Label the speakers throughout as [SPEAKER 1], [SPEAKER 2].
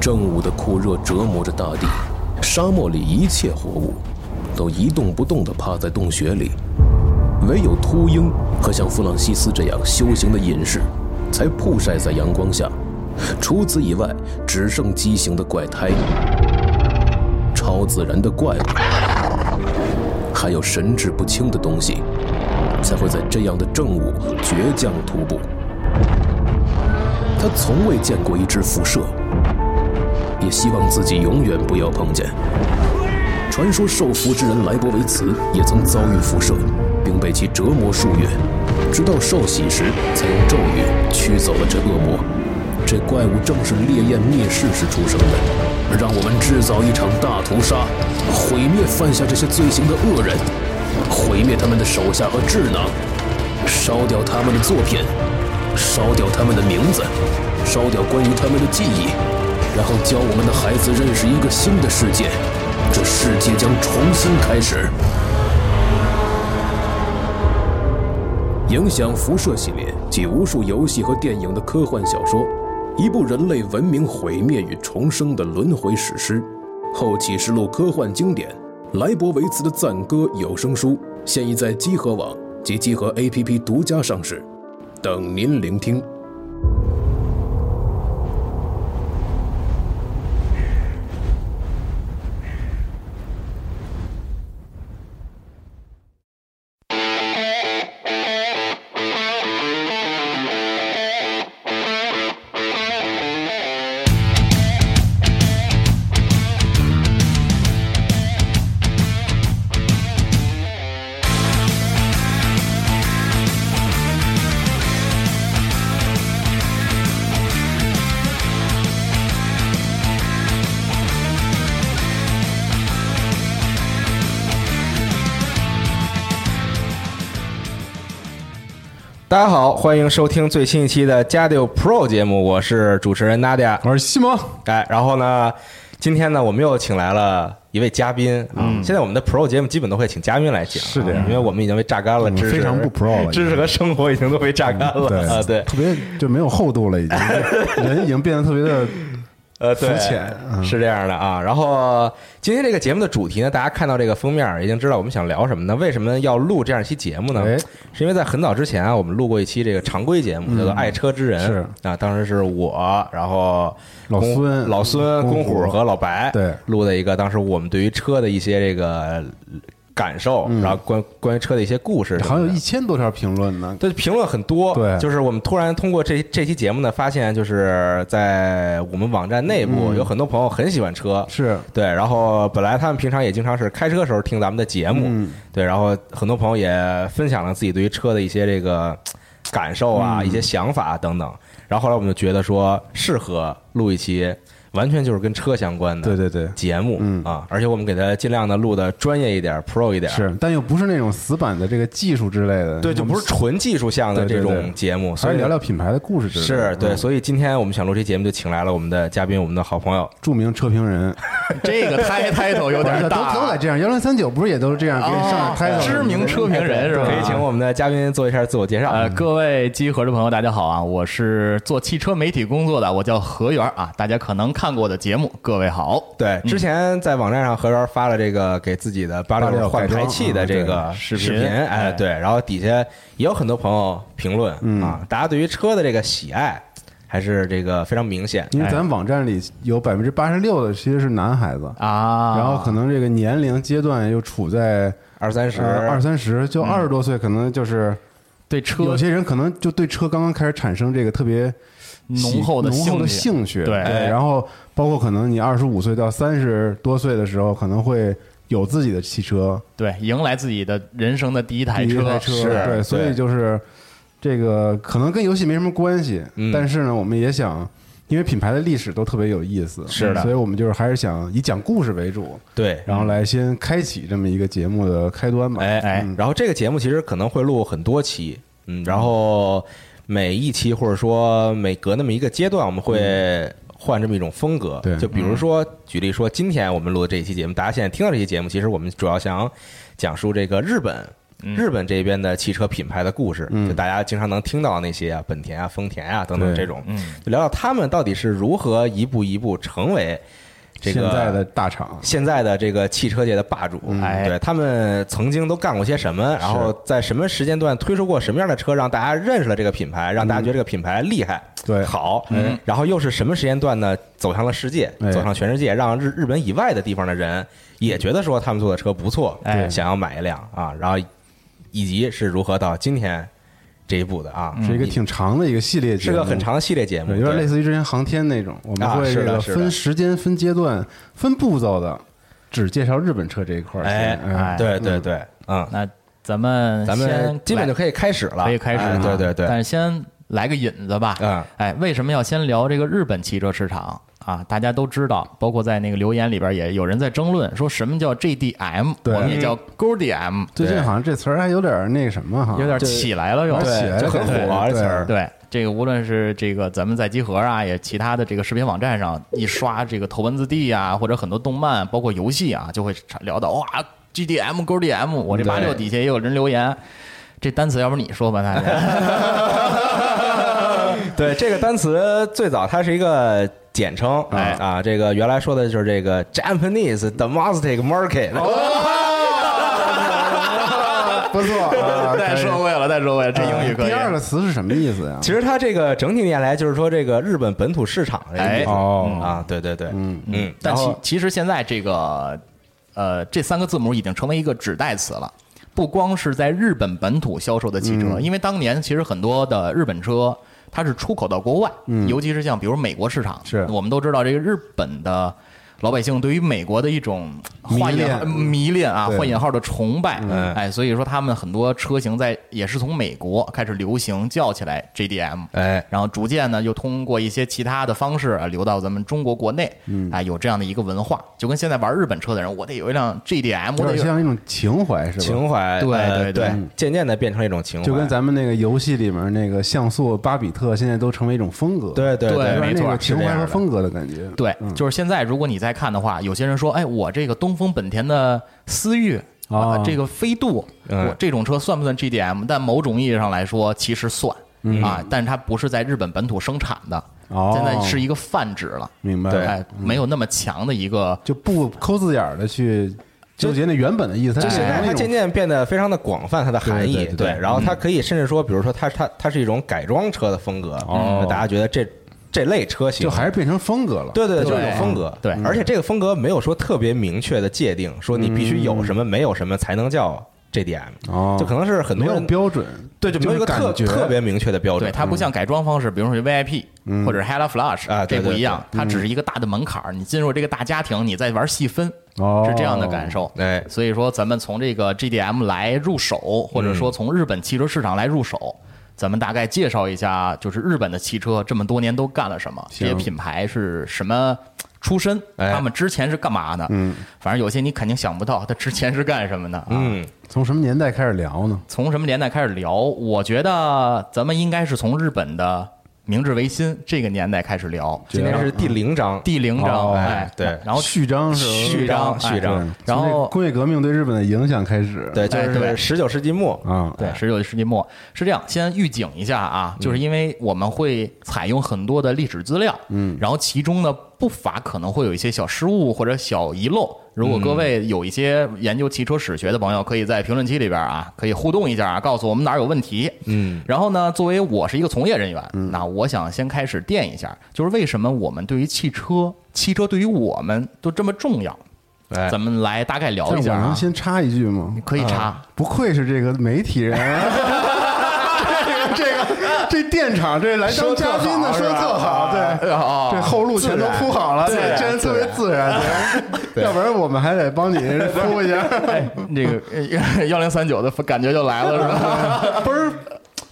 [SPEAKER 1] 正午的酷热折磨着大地，沙漠里一切活物都一动不动地趴在洞穴里，唯有秃鹰和像弗朗西斯这样修行的隐士，才曝晒在阳光下。除此以外，只剩畸形的怪胎、超自然的怪物，还有神志不清的东西，才会在这样的正午倔强徒步。他从未见过一只辐射，也希望自己永远不要碰见。传说受福之人莱博维茨也曾遭遇辐射，并被其折磨数月，直到受洗时才用咒语驱走了这恶魔。这怪物正是烈焰灭世时出生的，让我们制造一场大屠杀，毁灭犯下这些罪行的恶人，毁灭他们的手下和智囊，烧掉他们的作品。烧掉他们的名字，烧掉关于他们的记忆，然后教我们的孩子认识一个新的世界，这世界将重新开始。影响辐射系列及无数游戏和电影的科幻小说，一部人类文明毁灭与重生的轮回史诗，后启示录科幻经典，莱博维茨的赞歌有声书现已在积禾网及积禾 APP 独家上市。等您聆听。
[SPEAKER 2] 大家好，欢迎收听最新一期的《加六 Pro》节目，我是主持人 Nadia。
[SPEAKER 3] 我是西蒙，
[SPEAKER 2] 哎，然后呢，今天呢，我们又请来了一位嘉宾啊。现在我们的 Pro 节目基本都会请嘉宾来讲，
[SPEAKER 3] 嗯
[SPEAKER 2] 啊
[SPEAKER 3] 是这样
[SPEAKER 2] 因为我们已经被榨干了，
[SPEAKER 3] 嗯
[SPEAKER 2] 知识
[SPEAKER 3] 非常不 pro 了
[SPEAKER 2] 知识和生活已经都被榨干
[SPEAKER 3] 嗯
[SPEAKER 2] 了啊。对，
[SPEAKER 3] 特别就没有厚度了，已 经人已经变得特别的，
[SPEAKER 2] 呃，对，
[SPEAKER 3] 肤浅嗯
[SPEAKER 2] 是这样的啊。然后今天这个节目的主题呢，大家看到这个封面儿已经知道我们想聊什么呢？为什么要录这样一期节目呢？
[SPEAKER 3] 哎嗯
[SPEAKER 2] 是因为在很早之前啊，我们录过一期这个常规节目，叫做《爱车之人》
[SPEAKER 3] 是
[SPEAKER 2] 啊，当时是我，然后
[SPEAKER 3] 老
[SPEAKER 2] 公
[SPEAKER 3] 孙
[SPEAKER 2] 老孙、
[SPEAKER 3] 公
[SPEAKER 2] 公
[SPEAKER 3] 虎
[SPEAKER 2] 虎和老白
[SPEAKER 3] 对
[SPEAKER 2] 录的一个，当时我们对于车的一些这个感受，
[SPEAKER 3] 嗯
[SPEAKER 2] 然后关关于车的一些故事什么的，
[SPEAKER 3] 好像有一千多条评论呢。
[SPEAKER 2] 对，评论很多。
[SPEAKER 3] 对
[SPEAKER 2] 就是我们突然通过这这期节目呢，发现就是在我们网站内部有很多朋友很喜欢车，
[SPEAKER 3] 嗯是
[SPEAKER 2] 对。然后本来他们平常也经常是开车时候听咱们的节目，
[SPEAKER 3] 嗯
[SPEAKER 2] 对。然后很多朋友也分享了自己对于车的一些这个嘖感受
[SPEAKER 3] 嗯
[SPEAKER 2] 啊、一些想法等等。然后后来我们就觉得说适合录一期。完全就是跟车相关的，
[SPEAKER 3] 对对对
[SPEAKER 2] 节目、
[SPEAKER 3] 嗯
[SPEAKER 2] 啊，而且我们给它尽量的录的专业一点、pro 一点，
[SPEAKER 3] 是，但又不是那种死板的这个技术之类的，
[SPEAKER 2] 对，就不是纯技术向的
[SPEAKER 3] 对
[SPEAKER 2] 这
[SPEAKER 3] 对对
[SPEAKER 2] 种节目，所
[SPEAKER 3] 还
[SPEAKER 2] 以
[SPEAKER 3] 是聊聊品牌的故事之类的。
[SPEAKER 2] 是对，
[SPEAKER 3] 嗯
[SPEAKER 2] 所以今天我们想录这节目，就请来了我们的嘉宾，我们的好朋 友。
[SPEAKER 3] 著名车评人，
[SPEAKER 4] 这个 title 有
[SPEAKER 3] 不是
[SPEAKER 4] 点
[SPEAKER 3] 都
[SPEAKER 4] 大，
[SPEAKER 3] 都得这样，幺零三九不是也都是这样，给
[SPEAKER 2] 哦
[SPEAKER 3] 你上
[SPEAKER 2] 哎
[SPEAKER 3] title
[SPEAKER 4] 知名车评人是吧？
[SPEAKER 2] 可以请我们的嘉宾做一下自我介绍。
[SPEAKER 4] 呃，各位集合的朋友，大家好啊！我是做汽车媒体工作的，我叫何源啊。大家可能看过我的节目，各位好。
[SPEAKER 2] 对，之前在网站上何源发了这个给自己的八六六换排气的这个视
[SPEAKER 4] 改装啊对视频
[SPEAKER 2] 哎，
[SPEAKER 4] 哎
[SPEAKER 2] 对，然后底下也有很多朋友评论啊，大家对于车的这个喜爱还是这个非常明显。
[SPEAKER 3] 因为
[SPEAKER 2] 哎
[SPEAKER 3] 咱网站里有百分之八十六的其实是男孩子，
[SPEAKER 4] 啊，
[SPEAKER 3] 然后可能这个年龄阶段又处在
[SPEAKER 2] 二三十
[SPEAKER 3] 呃二三十，就二十多岁，可能就是
[SPEAKER 4] 对车
[SPEAKER 3] 有些人可能就对车刚刚开始产生这个特别
[SPEAKER 2] 嗯
[SPEAKER 3] 喜
[SPEAKER 4] 浓厚的
[SPEAKER 3] 浓厚的
[SPEAKER 4] 兴
[SPEAKER 3] 兴
[SPEAKER 4] 趣
[SPEAKER 3] 趣，哎
[SPEAKER 4] 对
[SPEAKER 3] 然后包括可能你二十五岁到三十多岁的时候，可能会有自己的汽车，
[SPEAKER 4] 对，迎来自己的人生的第一台
[SPEAKER 3] 第一
[SPEAKER 4] 车，
[SPEAKER 3] 台车，
[SPEAKER 2] 是对
[SPEAKER 3] 对，所以就是这个可能跟游戏没什么关系，
[SPEAKER 2] 嗯
[SPEAKER 3] 但是呢，我们也想。因为品牌的历史都特别有意思，嗯
[SPEAKER 2] 是的
[SPEAKER 3] 所以我们就是还是想以讲故事为主，
[SPEAKER 2] 对，
[SPEAKER 3] 然后来先开启这么一个节目的开端吧。
[SPEAKER 2] 哎
[SPEAKER 4] 哎
[SPEAKER 2] 然后这个节目其实可能会录很多期，嗯，然后每一期或者说每隔那么一个阶段，我们会换这么一种风格。
[SPEAKER 3] 嗯对嗯
[SPEAKER 2] 就比如说举例说，今天我们录的这一期节目，大家现在听到这期节目，其实我们主要想讲述这个日本
[SPEAKER 3] 嗯
[SPEAKER 2] 日本这边的汽车品牌的故事，就大家经常能听到那些啊，本田啊、丰田啊等等这种，
[SPEAKER 3] 嗯
[SPEAKER 2] 就聊聊他们到底是如何一步一步成为这个
[SPEAKER 3] 现在的大厂，
[SPEAKER 2] 现在的这个汽车界的霸主，
[SPEAKER 3] 嗯
[SPEAKER 4] 哎
[SPEAKER 2] 对他们曾经都干过些什么，然后在什么时间段推出过什么样的车，让大家认识了这个品牌，让大家觉得这个品牌厉害，
[SPEAKER 3] 对嗯
[SPEAKER 2] 好，然后又是什么时间段呢？走向了世界，
[SPEAKER 3] 哎
[SPEAKER 2] 走向全世界，让日日本以外的地方的人也觉得说他们做的车不错，
[SPEAKER 4] 哎
[SPEAKER 2] 想要买一辆啊，然后以及是如何到今天这一步的啊，
[SPEAKER 3] 嗯是一个挺长的一个系列节
[SPEAKER 2] 是
[SPEAKER 3] 目，
[SPEAKER 2] 个很长的系列节目，
[SPEAKER 3] 对，有点
[SPEAKER 2] 对
[SPEAKER 3] 类似于之前航天那种，我们
[SPEAKER 2] 啊
[SPEAKER 3] 会
[SPEAKER 2] 是
[SPEAKER 3] 这
[SPEAKER 2] 的
[SPEAKER 3] 个
[SPEAKER 2] 是的
[SPEAKER 3] 分时间、分阶段、分步骤的，只介绍日本车这一块儿。嗯
[SPEAKER 2] 哎
[SPEAKER 3] 现在
[SPEAKER 4] 哎
[SPEAKER 2] 对对对，嗯，
[SPEAKER 4] 那咱们
[SPEAKER 2] 咱们
[SPEAKER 4] 先
[SPEAKER 2] 基本就
[SPEAKER 4] 来
[SPEAKER 2] 可以开始了，
[SPEAKER 4] 可以开始
[SPEAKER 2] 哎
[SPEAKER 4] 了，啊
[SPEAKER 2] 对对对，
[SPEAKER 4] 但是先来个引子吧。
[SPEAKER 2] 嗯
[SPEAKER 4] 哎，为什么要先聊这个日本汽车市场啊？大家都知道，包括在那个留言里边也有人在争论，说什么叫 JDM，
[SPEAKER 3] 对
[SPEAKER 4] 我们也叫 GDM，
[SPEAKER 3] 最近
[SPEAKER 2] 对
[SPEAKER 3] 好像这词儿还有点那个什么哈，
[SPEAKER 4] 有点起来了又。
[SPEAKER 3] 啊对
[SPEAKER 2] 对
[SPEAKER 3] 起来
[SPEAKER 2] 就很
[SPEAKER 3] 了
[SPEAKER 2] 火
[SPEAKER 3] 对
[SPEAKER 2] 这词儿
[SPEAKER 4] 对，这个无论是这个咱们在集合啊，也其他的这个视频网站上一刷这个头文字 D 啊，或者很多动漫，包括游戏啊，就会聊到哇，GDM、GDM，我这八六底下也有人留言，这单词要不你说吧， 大家。
[SPEAKER 2] 对，这个单词最早它是一个简称，
[SPEAKER 4] 哎
[SPEAKER 2] 啊，这个原来说的就是这个 Japanese domestic market，
[SPEAKER 3] 哦不错 啊。
[SPEAKER 4] 太
[SPEAKER 3] 可以嗯啊
[SPEAKER 4] 说会了，太说会了，这英语可以。
[SPEAKER 3] 第二个词是什么意思呀？
[SPEAKER 2] 其实它这个整体念来就是说这个日本本土市场这个意思
[SPEAKER 4] 哎
[SPEAKER 3] 哦，
[SPEAKER 2] 啊，对对对，嗯嗯，
[SPEAKER 4] 但
[SPEAKER 2] 然
[SPEAKER 4] 其
[SPEAKER 2] 后
[SPEAKER 4] 其实现在这个呃这三个字母已经成为一个指代词了。不光是在日本本土销售的汽车，因为当年其实很多的日本车它是出口到国外，尤其是像比如美国市场，
[SPEAKER 3] 是
[SPEAKER 4] 我们都知道这个日本的老百姓对于美国的一种
[SPEAKER 3] 迷
[SPEAKER 4] 画眼
[SPEAKER 3] 恋
[SPEAKER 4] 呃迷恋啊，
[SPEAKER 3] 对
[SPEAKER 4] 换引号的崇拜，
[SPEAKER 2] 嗯
[SPEAKER 4] 哎，所以说他们很多车型在也是从美国开始流行叫起来 JDM，
[SPEAKER 2] 哎，
[SPEAKER 4] 然后逐渐呢又通过一些其他的方式啊流到咱们中国国内，嗯，啊有这样的一个文化，就跟现在玩日本车的人，我得有一辆
[SPEAKER 3] 有
[SPEAKER 4] GDM，我得
[SPEAKER 3] 点
[SPEAKER 4] 有
[SPEAKER 3] 像一种情怀是吧？
[SPEAKER 2] 情怀，
[SPEAKER 4] 对
[SPEAKER 2] 呃
[SPEAKER 4] 对
[SPEAKER 2] 对
[SPEAKER 4] 对，
[SPEAKER 2] 渐渐的变成一种情怀，
[SPEAKER 3] 嗯就跟咱们那个游戏里面那个像素、巴比特，现在都成为一种风格。
[SPEAKER 2] 对对
[SPEAKER 4] 对
[SPEAKER 3] 有点
[SPEAKER 4] 没
[SPEAKER 3] 那
[SPEAKER 4] 错
[SPEAKER 3] 个
[SPEAKER 2] 是
[SPEAKER 3] 情
[SPEAKER 2] 这
[SPEAKER 3] 怀
[SPEAKER 2] 样
[SPEAKER 3] 和
[SPEAKER 2] 的
[SPEAKER 3] 风格的感觉。
[SPEAKER 4] 对，就是现在如果你再看的话，有些人说，哎，我这个东风本田的思域。啊
[SPEAKER 3] 哦，
[SPEAKER 4] 这个飞度，
[SPEAKER 2] 嗯
[SPEAKER 4] 我这种车算不算 GDM？但某种意义上来说，其实算啊，但是它不是在日本本土生产的，
[SPEAKER 3] 嗯哦
[SPEAKER 4] 现在是一个泛指了，
[SPEAKER 3] 明白了。嗯
[SPEAKER 4] 哎，没有那么强的一个
[SPEAKER 3] 就不抠字眼儿的去纠结那原本的意思，
[SPEAKER 2] 就
[SPEAKER 3] 它
[SPEAKER 2] 现
[SPEAKER 3] 只
[SPEAKER 2] 在
[SPEAKER 3] 是
[SPEAKER 2] 它
[SPEAKER 3] 哎那
[SPEAKER 2] 渐
[SPEAKER 3] 种
[SPEAKER 2] 渐变得非常的广泛，它的含义
[SPEAKER 3] 对对对对
[SPEAKER 2] 然后它可以甚至说，比如说它它它是一种改装车的风格，嗯
[SPEAKER 3] 哦
[SPEAKER 2] 大家觉得这这类车型
[SPEAKER 3] 就还是变成风格了。
[SPEAKER 2] 对对，
[SPEAKER 4] 对
[SPEAKER 2] 就是有风格。
[SPEAKER 4] 对
[SPEAKER 2] 而且这个风格没有说特别明确的界定，说你必须有什么，没有什么才能叫 JDM。
[SPEAKER 3] 哦
[SPEAKER 2] 就可能是很
[SPEAKER 3] 没
[SPEAKER 2] 多
[SPEAKER 3] 有
[SPEAKER 2] 人
[SPEAKER 3] 标准，
[SPEAKER 2] 对，就没有一
[SPEAKER 3] 是
[SPEAKER 2] 个
[SPEAKER 3] 感
[SPEAKER 2] 特
[SPEAKER 3] 觉
[SPEAKER 2] 特别明确的标准。
[SPEAKER 4] 哦对，它不像改装方式，比如说是 VIP 或者是 Hella Flash
[SPEAKER 2] 嗯啊对
[SPEAKER 4] 这不一样
[SPEAKER 2] 对，
[SPEAKER 4] 它只是一个大的门槛儿，你进入这个大家庭，你再玩细分，
[SPEAKER 3] 哦
[SPEAKER 4] 是这样的感受。
[SPEAKER 2] 哎
[SPEAKER 4] 所以说咱们从这个 GDM 来入手，或者
[SPEAKER 2] 嗯
[SPEAKER 4] 说从日本汽车市场来入手。咱们大概介绍一下，就是日本的汽车这么多年都干了什么，这些品牌是什么出身，
[SPEAKER 2] 哎
[SPEAKER 4] 他们之前是干嘛的？嗯，反正有些你肯定想不到，他之前是干什么的啊？
[SPEAKER 2] 嗯，
[SPEAKER 3] 从什么年代开始聊呢？
[SPEAKER 4] 从什么年代开始聊？我觉得咱们应该是从日本的明治维新这个年代开始聊。
[SPEAKER 2] 今天是第零章，
[SPEAKER 4] 第零章，
[SPEAKER 3] 哦
[SPEAKER 4] 哎，
[SPEAKER 2] 对
[SPEAKER 4] 然后
[SPEAKER 3] 序章是
[SPEAKER 4] 序章，
[SPEAKER 2] 序章
[SPEAKER 4] 哎
[SPEAKER 3] 对
[SPEAKER 4] 然
[SPEAKER 3] 从这
[SPEAKER 4] 后
[SPEAKER 3] 工业革命对日本的影响开始。
[SPEAKER 2] 对，就
[SPEAKER 4] 哎对
[SPEAKER 2] 是十九世纪末。
[SPEAKER 3] 啊，
[SPEAKER 4] 对，十九世纪末是这样。先预警一下啊，就是因为我们会采用很多的历史资料，嗯，然后其中呢不乏可能会有一些小失误或者小遗漏。如果各位有一些研究汽车史学的朋友，可以在评论区里边啊，可以互动一下啊，告诉我们哪儿有问题。嗯，然后呢，作为我是一个从业人员，
[SPEAKER 3] 嗯
[SPEAKER 4] 那我想先开始垫一下，就是为什么我们对于汽车，汽车对于我们都这么重要？
[SPEAKER 2] 哎
[SPEAKER 4] 咱们来大概聊
[SPEAKER 3] 但
[SPEAKER 4] 一
[SPEAKER 3] 我
[SPEAKER 4] 下
[SPEAKER 3] 能
[SPEAKER 4] 啊，
[SPEAKER 3] 先插一句吗啊
[SPEAKER 4] 你？可以查。
[SPEAKER 3] 不愧是这个媒体人，这个这个这电厂这来当嘉宾的说得特好，对，
[SPEAKER 4] 哦
[SPEAKER 3] 这后路全都铺好了，对，真特别自然，对，要不然我们还得帮你铺一下，
[SPEAKER 4] 哎，那个呃幺零三九的感觉就来了，是吧？
[SPEAKER 3] 倍儿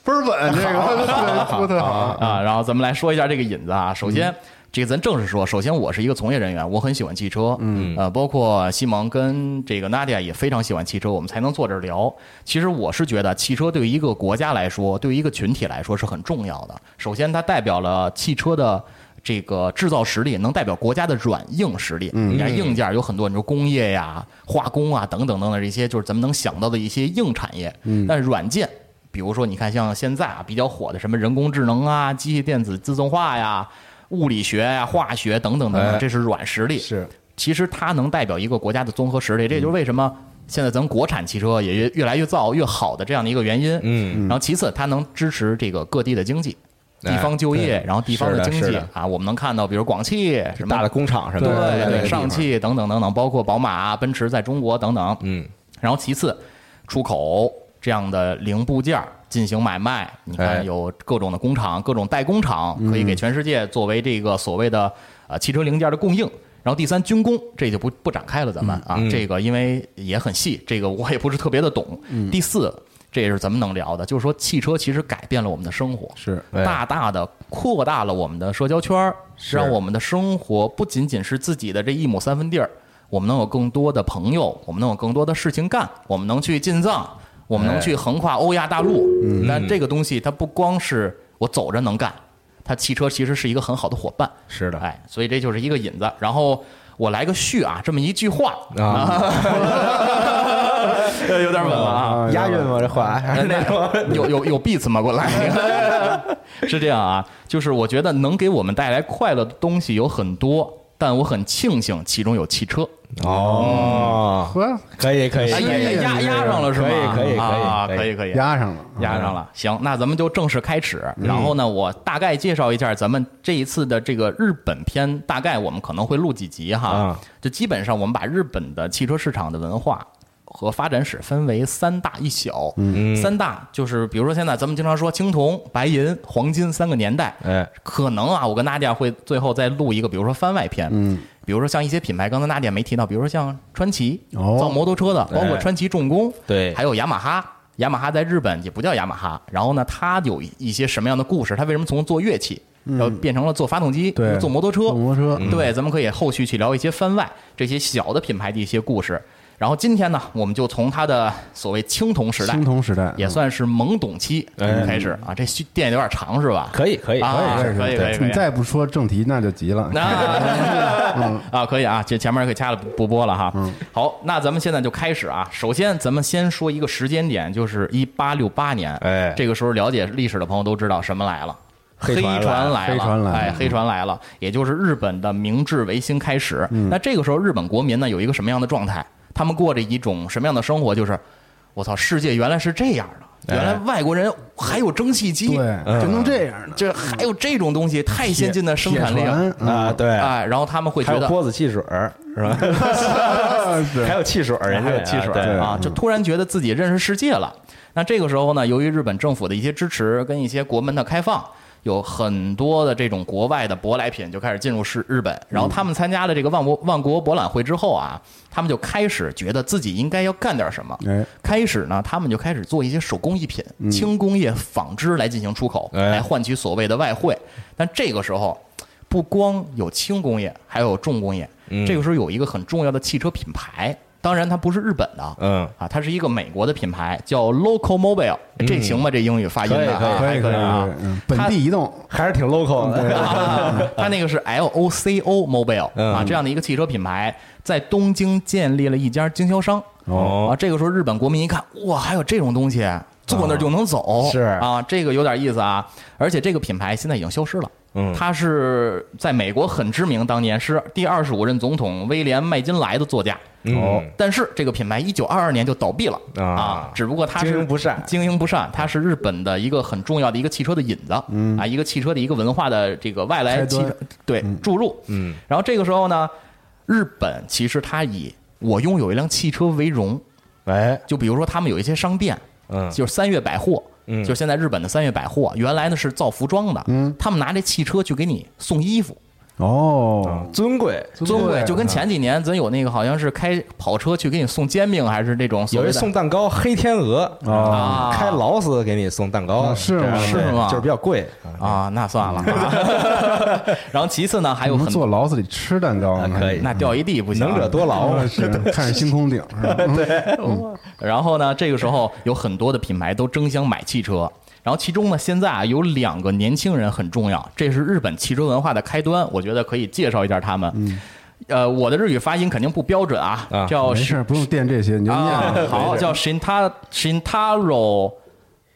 [SPEAKER 3] 倍儿稳，这个 对铺特好，
[SPEAKER 4] 啊，然后咱们来说一下这个引子啊。首先，这个咱正式说，首先我是一个从业人员，我很喜欢汽车，嗯，呃，包括西蒙跟这个 Nadia 也非常喜欢汽车，我们才能坐这儿聊。其实我是觉得，汽车对于一个国家来说，对于一个群体来说是很重要的。首先，它代表了汽车的。这个制造实力能代表国家的软硬实力。你看硬件有很多，你说工业呀、化工啊等等等等这些，就是咱们能想到的一些硬产业。但软件，比如说你看像现在啊比较火的什么人工智能啊、机械电子自动化呀、物理学呀、化学等等等
[SPEAKER 2] 哎
[SPEAKER 4] 等，这是软实力。
[SPEAKER 2] 是嗯
[SPEAKER 4] 其实它能代表一个国家的综合实力，这也就是为什么现在咱们国产汽车也越越来越造越好的这样的一个原因。
[SPEAKER 2] 嗯，
[SPEAKER 4] 然后其次，它能支持这个各地的经济。
[SPEAKER 2] 哎
[SPEAKER 4] 地方就业，然后地方的
[SPEAKER 2] 是的
[SPEAKER 4] 经
[SPEAKER 2] 是
[SPEAKER 4] 济
[SPEAKER 2] 的
[SPEAKER 4] 啊，我们能看到，比如广汽什么
[SPEAKER 2] 大的工厂什么
[SPEAKER 4] 对
[SPEAKER 2] 的，在那个
[SPEAKER 4] 对
[SPEAKER 2] 地方
[SPEAKER 4] 上汽等等等等，包括宝马、啊奔驰在中国等等。
[SPEAKER 2] 嗯，
[SPEAKER 4] 然后其次，出口这样的零部件儿进行买卖，
[SPEAKER 2] 哎嗯
[SPEAKER 4] 你看有各种的工厂、各种代工厂，可以给全世界作为这个所谓的呃汽车零件的供应。然后第三，军工这就不不展开了，
[SPEAKER 2] 嗯
[SPEAKER 4] 咱们啊，这个因为也很细，这个我也不是特别的懂。
[SPEAKER 2] 嗯
[SPEAKER 4] 第四，这也是咱们能聊的，就是说汽车其实改变了我们的生活，
[SPEAKER 3] 是
[SPEAKER 2] 哎
[SPEAKER 4] 大大的扩大了我们的社交圈儿，让我们的生活不仅仅是自己的这一亩三分地儿，我们能有更多的朋友，我们能有更多的事情干，我们能去进藏，我们能去横跨欧亚大陆。
[SPEAKER 2] 嗯
[SPEAKER 4] 但这个东西它不光是我走着能干，它汽车其实是一个很好的伙伴。
[SPEAKER 2] 是的，
[SPEAKER 4] 哎，所以这就是一个引子。然后我来个序啊，这么一句话，
[SPEAKER 2] 啊，
[SPEAKER 4] 有点稳了啊。
[SPEAKER 2] 押韵吗？这话
[SPEAKER 4] 哎
[SPEAKER 2] 还是那种
[SPEAKER 4] 有有有 beats 吗？给我来 一个。是这样啊，就是我觉得能给我们带来快乐的东西有很多，但我很庆幸其中有汽车。
[SPEAKER 2] 哦，
[SPEAKER 3] 呵，
[SPEAKER 2] 可以可以，
[SPEAKER 4] 哎，
[SPEAKER 3] 呀
[SPEAKER 4] 压压压上了是吗？
[SPEAKER 2] 可以可以可以
[SPEAKER 4] 啊
[SPEAKER 2] 可以
[SPEAKER 4] 可以可以
[SPEAKER 3] 压上了，
[SPEAKER 4] 压上了。行，那咱们就正式开始。然后呢，我大概介绍一下咱们这一次的这个日本篇，大概我们可能会录几集哈
[SPEAKER 2] 啊。
[SPEAKER 4] 就基本上我们把日本的汽车市场的文化。和发展史分为三大一小，三大就是比如说现在咱们经常说青铜、白银、黄金三个年代，
[SPEAKER 2] 哎，
[SPEAKER 4] 可能啊，我跟娜姐会最后再录一个，比如说番外篇，嗯，比如说像一些品牌，刚才娜姐没提到，比如说像川崎、
[SPEAKER 3] 哦
[SPEAKER 4] 造摩托车的，包
[SPEAKER 2] 哎
[SPEAKER 4] 括川崎重工，
[SPEAKER 2] 对
[SPEAKER 4] 还有雅马哈。雅马哈在日本也不叫雅马哈，然后呢，它有一些什么样的故事？它为什么从做乐器，然后变成了做发动机，
[SPEAKER 3] 嗯对
[SPEAKER 4] 做摩托车，
[SPEAKER 3] 坐摩托车，
[SPEAKER 2] 嗯
[SPEAKER 4] 对，咱们可以后续去聊一些番外这些小的品牌的一些故事。然后今天呢，我们就从它的所谓青铜时代，
[SPEAKER 3] 青铜时代
[SPEAKER 4] 也算是懵懂期
[SPEAKER 2] 哎
[SPEAKER 4] 开始啊。这电有点长是吧？
[SPEAKER 2] 可以可以
[SPEAKER 4] 啊
[SPEAKER 2] 可以，
[SPEAKER 4] 可以可以可以
[SPEAKER 3] 你再不说正题，那就急 了。嗯
[SPEAKER 4] 那啊，可以啊，这前面可以掐了，不不播了哈。好，那咱们现在就开始啊。首先，咱们先说一个时间点，就是一八六八年。
[SPEAKER 2] 哎
[SPEAKER 4] 这个时候了解历史的朋友都知道什么来了。
[SPEAKER 2] 黑
[SPEAKER 4] 黑
[SPEAKER 2] 船来了
[SPEAKER 4] 来
[SPEAKER 3] 黑船来了
[SPEAKER 4] 哎，黑船来了，也就是日本的明治维新开始。
[SPEAKER 3] 嗯
[SPEAKER 4] 那这个时候，日本国民呢有一个什么样的状态？他们过着一种什么样的生活？就是，我操，世界原来是这样的，原来外国人还有蒸汽机，
[SPEAKER 3] 哎对，就弄这样的，
[SPEAKER 4] 这还有这种东西，太先进的生产力
[SPEAKER 3] 铁
[SPEAKER 4] 了。
[SPEAKER 3] 船
[SPEAKER 2] 啊，对，
[SPEAKER 4] 哎，然后他们会
[SPEAKER 2] 还
[SPEAKER 4] 觉
[SPEAKER 2] 有
[SPEAKER 4] 得
[SPEAKER 2] 波子汽水儿是吧？
[SPEAKER 3] 啊
[SPEAKER 2] 还有汽水儿，人家
[SPEAKER 4] 还有汽水
[SPEAKER 2] 对嗯
[SPEAKER 4] 儿啊，就突然觉得自己认识世界了。那这个时候呢，由于日本政府的一些支持跟一些国门的开放，有很多的这种国外的舶来品就开始进入是日
[SPEAKER 2] 嗯
[SPEAKER 4] 本。然后他们参加了这个万国万国博览会之后啊，他们就开始觉得自己应该要干点什么。
[SPEAKER 3] 哎
[SPEAKER 4] 开始呢，他们就开始做一些手工艺品、轻工业纺织来进行出口，
[SPEAKER 2] 嗯哎
[SPEAKER 4] 来换取所谓的外汇。但这个时候，不光有轻工业，还有重工业。
[SPEAKER 2] 嗯
[SPEAKER 4] 这个时候有一个很重要的汽车品牌，当然它不是日本的，
[SPEAKER 2] 嗯
[SPEAKER 4] 啊，它是一个美国的品牌，叫 Locomobile。这行吗？这英语发音的啊，
[SPEAKER 2] 可
[SPEAKER 3] 可
[SPEAKER 4] 还
[SPEAKER 3] 以可以
[SPEAKER 4] 啊。，
[SPEAKER 3] 嗯本地移动
[SPEAKER 2] 还是挺 local 的，
[SPEAKER 4] 它那个是 L O C O Mobile
[SPEAKER 2] 嗯
[SPEAKER 4] 啊，这样的一个汽车品牌，在东京建立了一家经销商。
[SPEAKER 2] 哦
[SPEAKER 4] 啊，这个时候日本国民一看，哇，还有这种东西，坐那儿就能走，
[SPEAKER 2] 哦是
[SPEAKER 4] 啊，这个有点意思啊。而且这个品牌现在已经消失了。
[SPEAKER 2] 嗯
[SPEAKER 4] 它是在美国很知名，当年是第二十五任总统威廉麦金莱的座驾。
[SPEAKER 2] 哦
[SPEAKER 4] 但是这个品牌一九二二年就倒闭了
[SPEAKER 2] 啊
[SPEAKER 4] 只不过它是
[SPEAKER 2] 经营不善
[SPEAKER 4] 经营不善，它是日本的一个很重要的一个汽车的引子，嗯啊，一个汽车的一个文化的这个外来
[SPEAKER 3] 开
[SPEAKER 4] 汽
[SPEAKER 3] 端
[SPEAKER 4] 车对注入，嗯，然后这个时候呢，日本其实它以我拥有一辆汽车为荣，
[SPEAKER 2] 哎，
[SPEAKER 4] 就比如说他们有一些商店，
[SPEAKER 2] 嗯
[SPEAKER 4] 就是三月百货，嗯，就是现在日本的三月百货，原来呢是造服装的，嗯，他们拿这汽车去给你送衣服，
[SPEAKER 3] 哦，
[SPEAKER 2] 尊贵，
[SPEAKER 4] 尊贵，就跟
[SPEAKER 3] 钱
[SPEAKER 4] 前几年咱有那个好像是开跑车去给你送煎饼，还是这种所
[SPEAKER 2] 有
[SPEAKER 4] 谓
[SPEAKER 2] 一
[SPEAKER 4] 的
[SPEAKER 2] 送蛋糕，黑天鹅
[SPEAKER 4] 啊
[SPEAKER 2] 开劳斯给你送蛋糕，
[SPEAKER 3] 啊是吗
[SPEAKER 2] 这样
[SPEAKER 4] 是吗
[SPEAKER 2] 就是比较贵，
[SPEAKER 4] 啊，那算了。 然后其次呢，还有
[SPEAKER 3] 我们
[SPEAKER 4] 很
[SPEAKER 3] 坐劳斯里吃蛋糕
[SPEAKER 2] 啊
[SPEAKER 3] 呢，
[SPEAKER 2] 可以
[SPEAKER 4] 那掉一地不行，啊嗯
[SPEAKER 2] 能者。多劳
[SPEAKER 3] 哦， 是看着星空顶嗯是吧？
[SPEAKER 4] 然后呢，这个时候有很多的品牌都争相买汽车。然后其中呢，现在啊有两个年轻人很重要，这是日本汽车文化的开端，我觉得可以介绍一下他们。呃，我的日语发音肯定不标准啊，
[SPEAKER 2] 啊
[SPEAKER 4] 叫
[SPEAKER 3] 没事，不用垫这些，你就念
[SPEAKER 4] 啊
[SPEAKER 3] 吧。，
[SPEAKER 4] 好，叫 Shinta Shintaro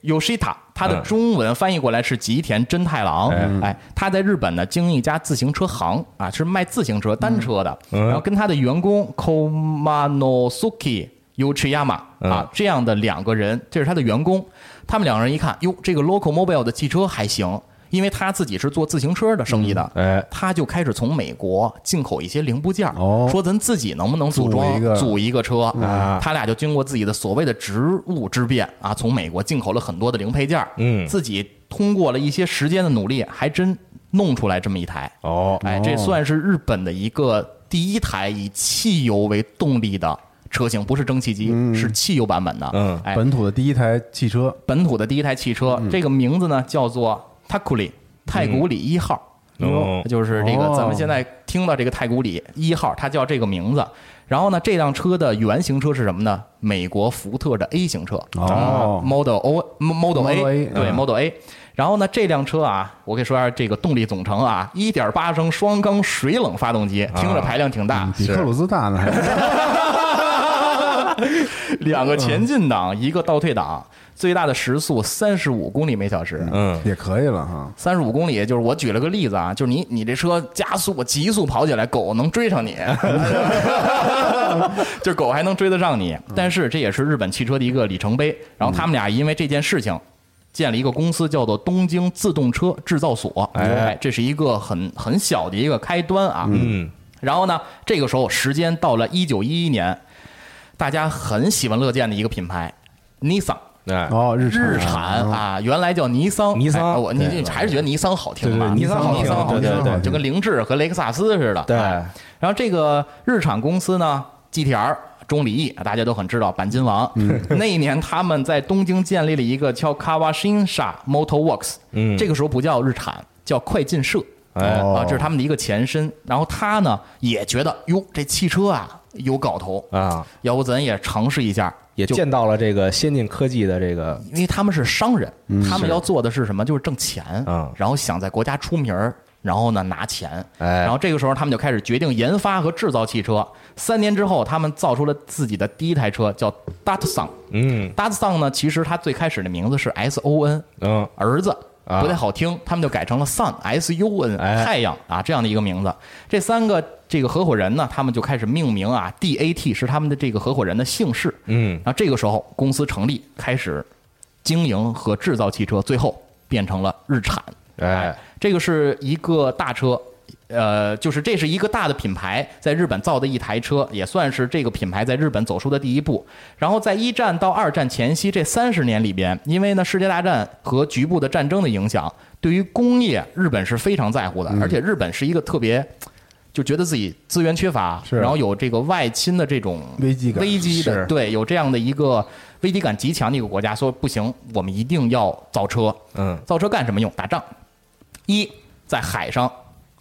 [SPEAKER 4] Yoshita，他的
[SPEAKER 2] 嗯
[SPEAKER 4] 中文翻译过来是吉田真太郎。哎，他在日本呢经营一家自行车行啊，是卖自行车、单车的。
[SPEAKER 3] 嗯
[SPEAKER 4] 然后跟他的员工 Komanosuke Yoshiyama 啊
[SPEAKER 2] 嗯
[SPEAKER 4] 这样的两个人，这是他的员工。他们两个人一看，哟，这个 Locomobile 的汽车还行。因为他自己是做自行车的生意的，
[SPEAKER 3] 嗯
[SPEAKER 2] 哎
[SPEAKER 4] 他就开始从美国进口一些零部件儿，
[SPEAKER 3] 哦
[SPEAKER 4] 说咱自己能不能组装
[SPEAKER 3] 组一个嗯
[SPEAKER 4] 组一个车，啊他俩就经过自己的所谓的职务之便啊，从美国进口了很多的零配件，
[SPEAKER 2] 嗯
[SPEAKER 4] 自己通过了一些时间的努力，还真弄出来这么一台。
[SPEAKER 2] 哦，
[SPEAKER 4] 哎，这算是日本的一个第一台以汽油为动力的车型，不是蒸汽机，是汽油版本的。
[SPEAKER 2] 嗯
[SPEAKER 4] 哎，
[SPEAKER 3] 本土的第一台汽车，
[SPEAKER 4] 本土的第一台汽车，这个名字呢叫做 Takuri 太古里一号。
[SPEAKER 2] 哦
[SPEAKER 4] 就是这个
[SPEAKER 3] 哦
[SPEAKER 4] 咱们现在听到这个太古里一号，它叫这个名字。然后呢，这辆车的原型车是什么呢？美国福特的 A 型车
[SPEAKER 3] 哦
[SPEAKER 4] 啊，Model O Model
[SPEAKER 3] Model A，
[SPEAKER 4] A，对
[SPEAKER 3] 嗯
[SPEAKER 4] Model A。然后呢，这辆车啊，我跟你说一下这个动力总成啊，1 8升双缸水冷发动机，听着排量挺大，
[SPEAKER 3] 比克鲁兹大呢， 还
[SPEAKER 4] 两个前进档，一个倒退档，最大的时速三十五公里每小时。
[SPEAKER 2] 嗯，
[SPEAKER 3] 也可以了哈。
[SPEAKER 4] 三十五公里，就是我举了个例子啊，就是你你这车加速急速跑起来，狗能追上你， 就是狗还能追得上你。但是这也是日本汽车的一个里程碑。然后他们俩因为这件事情。建了一个公司，叫做东京自动车制造所。哎，这是一个很很小的一个开端啊。嗯。然后呢，这个时候时间到了一九一一年，大家很喜闻乐见的一个品牌，Nissan。
[SPEAKER 2] 哎，
[SPEAKER 4] 啊
[SPEAKER 3] 哦，日产，
[SPEAKER 4] 日产啊，原来叫尼桑，
[SPEAKER 2] 尼桑
[SPEAKER 4] 哎我你
[SPEAKER 2] 对
[SPEAKER 4] 你还是觉得尼桑好听
[SPEAKER 3] 对对
[SPEAKER 4] 吧？
[SPEAKER 3] 尼
[SPEAKER 4] 尼
[SPEAKER 3] 桑好听
[SPEAKER 4] 尼桑好
[SPEAKER 3] 对对
[SPEAKER 4] 听，
[SPEAKER 3] 对
[SPEAKER 4] 就跟凌志和雷克萨斯似的。
[SPEAKER 2] 对
[SPEAKER 4] 哎然后这个日产公司呢，GTR。钟离义大家都很知道，钣金王。 那一年他们在东京建立了一个叫 Kawashinsha Motor Works，
[SPEAKER 2] 嗯
[SPEAKER 4] 这个时候不叫日产，叫快进社。
[SPEAKER 2] 哎
[SPEAKER 4] 啊，这是他们的一个前身。然后他呢也觉得，哟，这汽车啊有搞头，
[SPEAKER 2] 啊，
[SPEAKER 4] 要不咱也尝试一下，
[SPEAKER 2] 也
[SPEAKER 4] 就
[SPEAKER 2] 见到了这个先进科技的这个
[SPEAKER 4] 因为他们是商人，他们要做的是什么？就是挣钱，
[SPEAKER 2] 嗯
[SPEAKER 4] 然后想在国家出名儿，然后呢拿钱，
[SPEAKER 2] 哎
[SPEAKER 4] 然后这个时候他们就开始决定研发和制造汽车。三年之后，他们造出了自己的第一台车，叫 Datsun。
[SPEAKER 2] 嗯
[SPEAKER 4] Datsun 呢，其实它最开始的名字是 S O N，
[SPEAKER 2] 嗯
[SPEAKER 4] 儿子。
[SPEAKER 2] 啊
[SPEAKER 4] 不太好听，他们就改成了 Sun S U N
[SPEAKER 2] 哎
[SPEAKER 4] 太阳啊这样的一个名字。这三个这个合伙人呢，他们就开始命名啊，D A T 是他们的这个合伙人的姓氏。
[SPEAKER 2] 嗯
[SPEAKER 4] 然后这个时候公司成立，开始经营和制造汽车，最后变成了日产。
[SPEAKER 2] 哎，
[SPEAKER 4] 这个是一个大车，呃，就是这是一个大的品牌在日本造的一台车，也算是这个品牌在日本走出的第一步。然后在一战到二战前夕这三十年里边，因为呢世界大战和局部的战争的影响，对于工业日本是非常在乎的，而且日本是一个特别。就觉得自己资源缺乏，
[SPEAKER 3] 是
[SPEAKER 4] 然后有这个外侵的这种
[SPEAKER 3] 危机感
[SPEAKER 4] 危机的
[SPEAKER 3] 是
[SPEAKER 4] 对，有这样的一个危机感极强的一个国家，说不行，我们一定要造车。
[SPEAKER 2] 嗯，
[SPEAKER 4] 造车干什么用？打仗。一在海上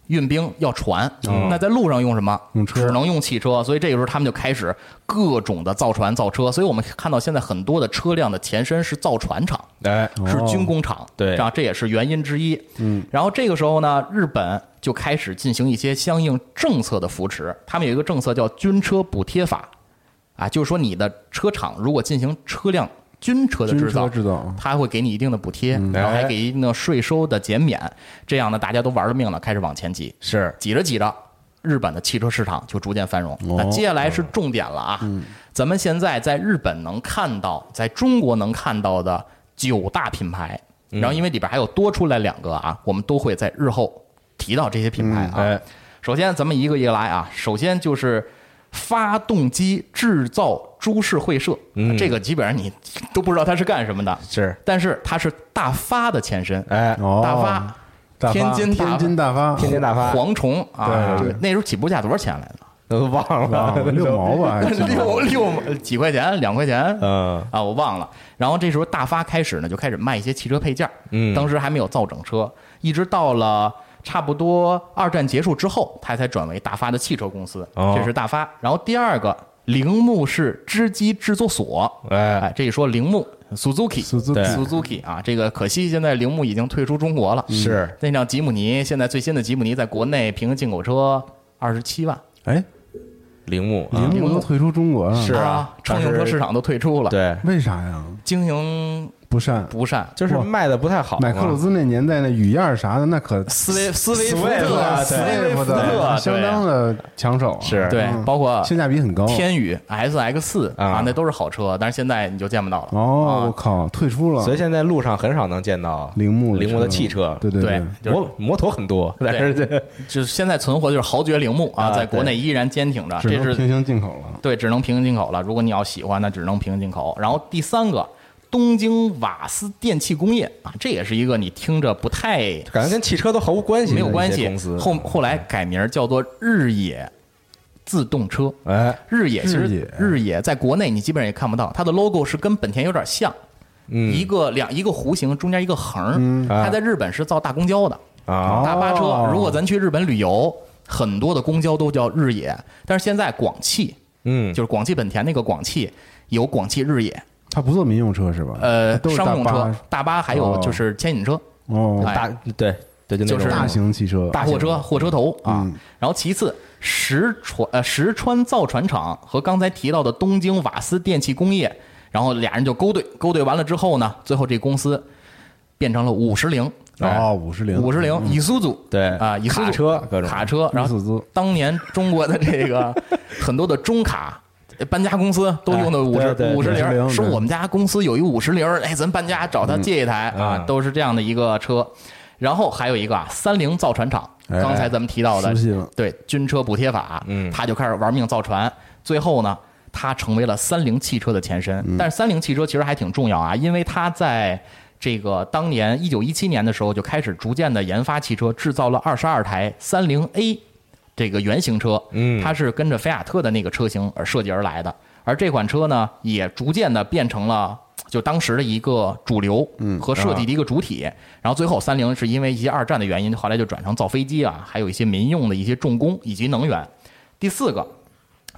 [SPEAKER 4] 运兵要船，那在路上用什么？
[SPEAKER 3] 哦用车
[SPEAKER 4] 只能用汽车。所以这个时候他们就开始各种的造船、造车。所以我们看到现在很多的车辆的前身是造船厂，
[SPEAKER 2] 哎，
[SPEAKER 3] 哦
[SPEAKER 4] 是军工厂，
[SPEAKER 2] 对
[SPEAKER 4] 这样这也是原因之一。嗯，然后这个时候呢，日本就开始进行一些相应政策的扶持，他们有一个政策叫军车补贴法，啊，就是说你的车厂如果进行车辆军车的
[SPEAKER 3] 军
[SPEAKER 4] 制造
[SPEAKER 3] 车，制造，
[SPEAKER 4] 他会给你一定的补贴，然后还给一定的税收的减免，这样呢，大家都玩了命了，开始往前挤，
[SPEAKER 2] 是
[SPEAKER 4] 挤着挤着，日本的汽车市场就逐渐繁荣。那接下来是重点了啊，咱们现在在日本能看到，在中国能看到的九大品牌，然后因为里边还有多出来两个啊，我们都会在日后提到这些品牌啊。
[SPEAKER 2] 哎，
[SPEAKER 4] 首先，咱们一个一个来啊。首先就是发动机制造株式会社，这个基本上你都不知道它是干什么的，
[SPEAKER 2] 是
[SPEAKER 4] 但是它是大发的前身，
[SPEAKER 2] 哎，
[SPEAKER 3] 哦
[SPEAKER 4] 大发、
[SPEAKER 3] 大发
[SPEAKER 4] 天津大发
[SPEAKER 3] 天津大发，
[SPEAKER 2] 天津大发，
[SPEAKER 4] 蝗虫啊，
[SPEAKER 3] 对
[SPEAKER 4] 这那时候起步价多少钱来着？
[SPEAKER 2] 都忘
[SPEAKER 3] 啊
[SPEAKER 2] 了，
[SPEAKER 3] 六毛吧，还是
[SPEAKER 4] 六六几块钱，两块钱，
[SPEAKER 2] 嗯
[SPEAKER 4] 啊，我忘了。然后这时候大发开始呢，就开始卖一些汽车配件儿，
[SPEAKER 2] 嗯
[SPEAKER 4] 当时还没有造整车，一直到了差不多二战结束之后，他才转为大发的汽车公司，
[SPEAKER 2] 哦
[SPEAKER 4] 这是大发。然后第二个铃木是织机制作所，
[SPEAKER 2] 哎
[SPEAKER 4] 哎，这一说铃木 Suzuki
[SPEAKER 3] Suzuki
[SPEAKER 2] 对
[SPEAKER 4] Suzuki 啊，这个可惜现在铃木已经退出中国了。
[SPEAKER 2] 是
[SPEAKER 4] 那辆吉姆尼，现在最新的吉姆尼在国内平行进口车二十七万，
[SPEAKER 3] 哎，
[SPEAKER 2] 铃木啊
[SPEAKER 3] 铃木都退出中国了，
[SPEAKER 2] 是啊
[SPEAKER 4] 啊，乘用车市场都退出了，，
[SPEAKER 2] 对，
[SPEAKER 3] 为啥呀？
[SPEAKER 4] 经营
[SPEAKER 3] 不善，
[SPEAKER 4] 不善。
[SPEAKER 2] 就是卖的不太好嘛。啊
[SPEAKER 3] 买克鲁兹那年代那语燕啥的，那可
[SPEAKER 4] 斯威斯威
[SPEAKER 2] 斯
[SPEAKER 4] 福
[SPEAKER 2] 威夫
[SPEAKER 1] 啊
[SPEAKER 2] 特
[SPEAKER 4] 特，斯
[SPEAKER 2] 对
[SPEAKER 4] 威
[SPEAKER 3] 服
[SPEAKER 4] 福特，
[SPEAKER 3] 相当的抢手啊，
[SPEAKER 2] 是
[SPEAKER 4] 对
[SPEAKER 3] 嗯，
[SPEAKER 4] 包括
[SPEAKER 3] 性价比很高。
[SPEAKER 4] 天宇 SX 四啊
[SPEAKER 2] 啊，
[SPEAKER 4] 那都是好车，但是现在你就见不到了。
[SPEAKER 3] 哦，我
[SPEAKER 4] 啊，
[SPEAKER 3] 靠，退出了
[SPEAKER 2] 所以现在路上很少能见到
[SPEAKER 3] 铃木
[SPEAKER 2] 铃木的汽
[SPEAKER 3] 车
[SPEAKER 2] 车，
[SPEAKER 3] 对对
[SPEAKER 4] 对，就是
[SPEAKER 2] 摩摩托很多，但是这
[SPEAKER 4] 就是现在存活就是豪爵铃木啊，
[SPEAKER 2] 啊
[SPEAKER 4] 在国内依然坚挺着，
[SPEAKER 3] 只
[SPEAKER 4] 这
[SPEAKER 3] 能
[SPEAKER 4] 是
[SPEAKER 3] 平行进口了。
[SPEAKER 4] 对，只能平行进口了。如果你要喜欢，那只能平行进口。然后第三个，东京瓦斯电气工业啊，这也是一个你听着不太
[SPEAKER 2] 感觉跟汽车都毫无关系，
[SPEAKER 4] 没有关
[SPEAKER 2] 这些
[SPEAKER 4] 系
[SPEAKER 2] 公司。
[SPEAKER 4] 后后来改名叫做日野自动车。
[SPEAKER 2] 哎，
[SPEAKER 4] 日野其
[SPEAKER 3] 日
[SPEAKER 4] 实
[SPEAKER 3] 野
[SPEAKER 4] 日野在国内你基本上也看不到，它的 logo 是跟本田有点像，
[SPEAKER 2] 嗯
[SPEAKER 3] 嗯
[SPEAKER 4] 一个两一个弧形中间一个横儿，
[SPEAKER 2] 啊
[SPEAKER 4] 它在日本是造大公交的，
[SPEAKER 2] 啊
[SPEAKER 4] 大巴车
[SPEAKER 3] 哦。
[SPEAKER 4] 如果咱去日本旅游，很多的公交都叫日野，但是现在广汽
[SPEAKER 2] 嗯，
[SPEAKER 4] 就是广汽本田那个广汽有广汽日野，
[SPEAKER 3] 他不做民用车是吧？
[SPEAKER 4] 呃
[SPEAKER 3] 都，是
[SPEAKER 4] 商
[SPEAKER 3] 大
[SPEAKER 4] 用
[SPEAKER 3] 巴
[SPEAKER 4] 车、大巴，还有
[SPEAKER 3] 哦
[SPEAKER 4] 就是牵引车、
[SPEAKER 3] 哦
[SPEAKER 4] 哎，
[SPEAKER 2] 大对对，就那
[SPEAKER 4] 就是
[SPEAKER 2] 种
[SPEAKER 3] 大型汽车，
[SPEAKER 4] 大货车、货车头啊
[SPEAKER 3] 嗯。
[SPEAKER 4] 然后其次，石川呃石川造船厂和刚才提到的东京瓦斯电气工业，然后俩人就勾兑，勾兑完了之后呢，最后这公司变成了五十铃。啊
[SPEAKER 3] 哦，五十铃，
[SPEAKER 4] 五十铃，以苏组
[SPEAKER 2] 对
[SPEAKER 4] 啊，以苏
[SPEAKER 2] 卡车各种
[SPEAKER 4] 卡车，然
[SPEAKER 3] 伊苏
[SPEAKER 4] 后
[SPEAKER 3] 组
[SPEAKER 4] 当年中国的这个很多的中卡呃搬家公司都用的五
[SPEAKER 2] 哎对
[SPEAKER 4] 十
[SPEAKER 2] 对
[SPEAKER 4] 五十
[SPEAKER 3] 50
[SPEAKER 4] 铃，
[SPEAKER 3] 铃
[SPEAKER 4] 说
[SPEAKER 3] 对
[SPEAKER 4] 我们家公司有一五十铃，哎，咱搬家找他借一台啊
[SPEAKER 2] 嗯，
[SPEAKER 4] 都是这样的一个车。然后还有一个啊，三菱造船厂，
[SPEAKER 3] 哎
[SPEAKER 4] 刚才咱们提到的
[SPEAKER 3] 熟悉了，
[SPEAKER 4] 对军车补贴法，
[SPEAKER 2] 嗯
[SPEAKER 4] 他就开始玩命造船，最后呢。它成为了三菱汽车的前身，但是三菱汽车其实还挺重要啊，因为它在这个当年一九一七年的时候就开始逐渐的研发汽车，制造了二十二台三菱 A 这个原型车，
[SPEAKER 2] 嗯
[SPEAKER 4] 它是跟着菲亚特的那个车型而设计而来的，而这款车呢，也逐渐的变成了就当时的一个主流和设计的一个主体。然后最后三菱是因为一些二战的原因，后来就转成造飞机啊，还有一些民用的一些重工以及能源。第四个，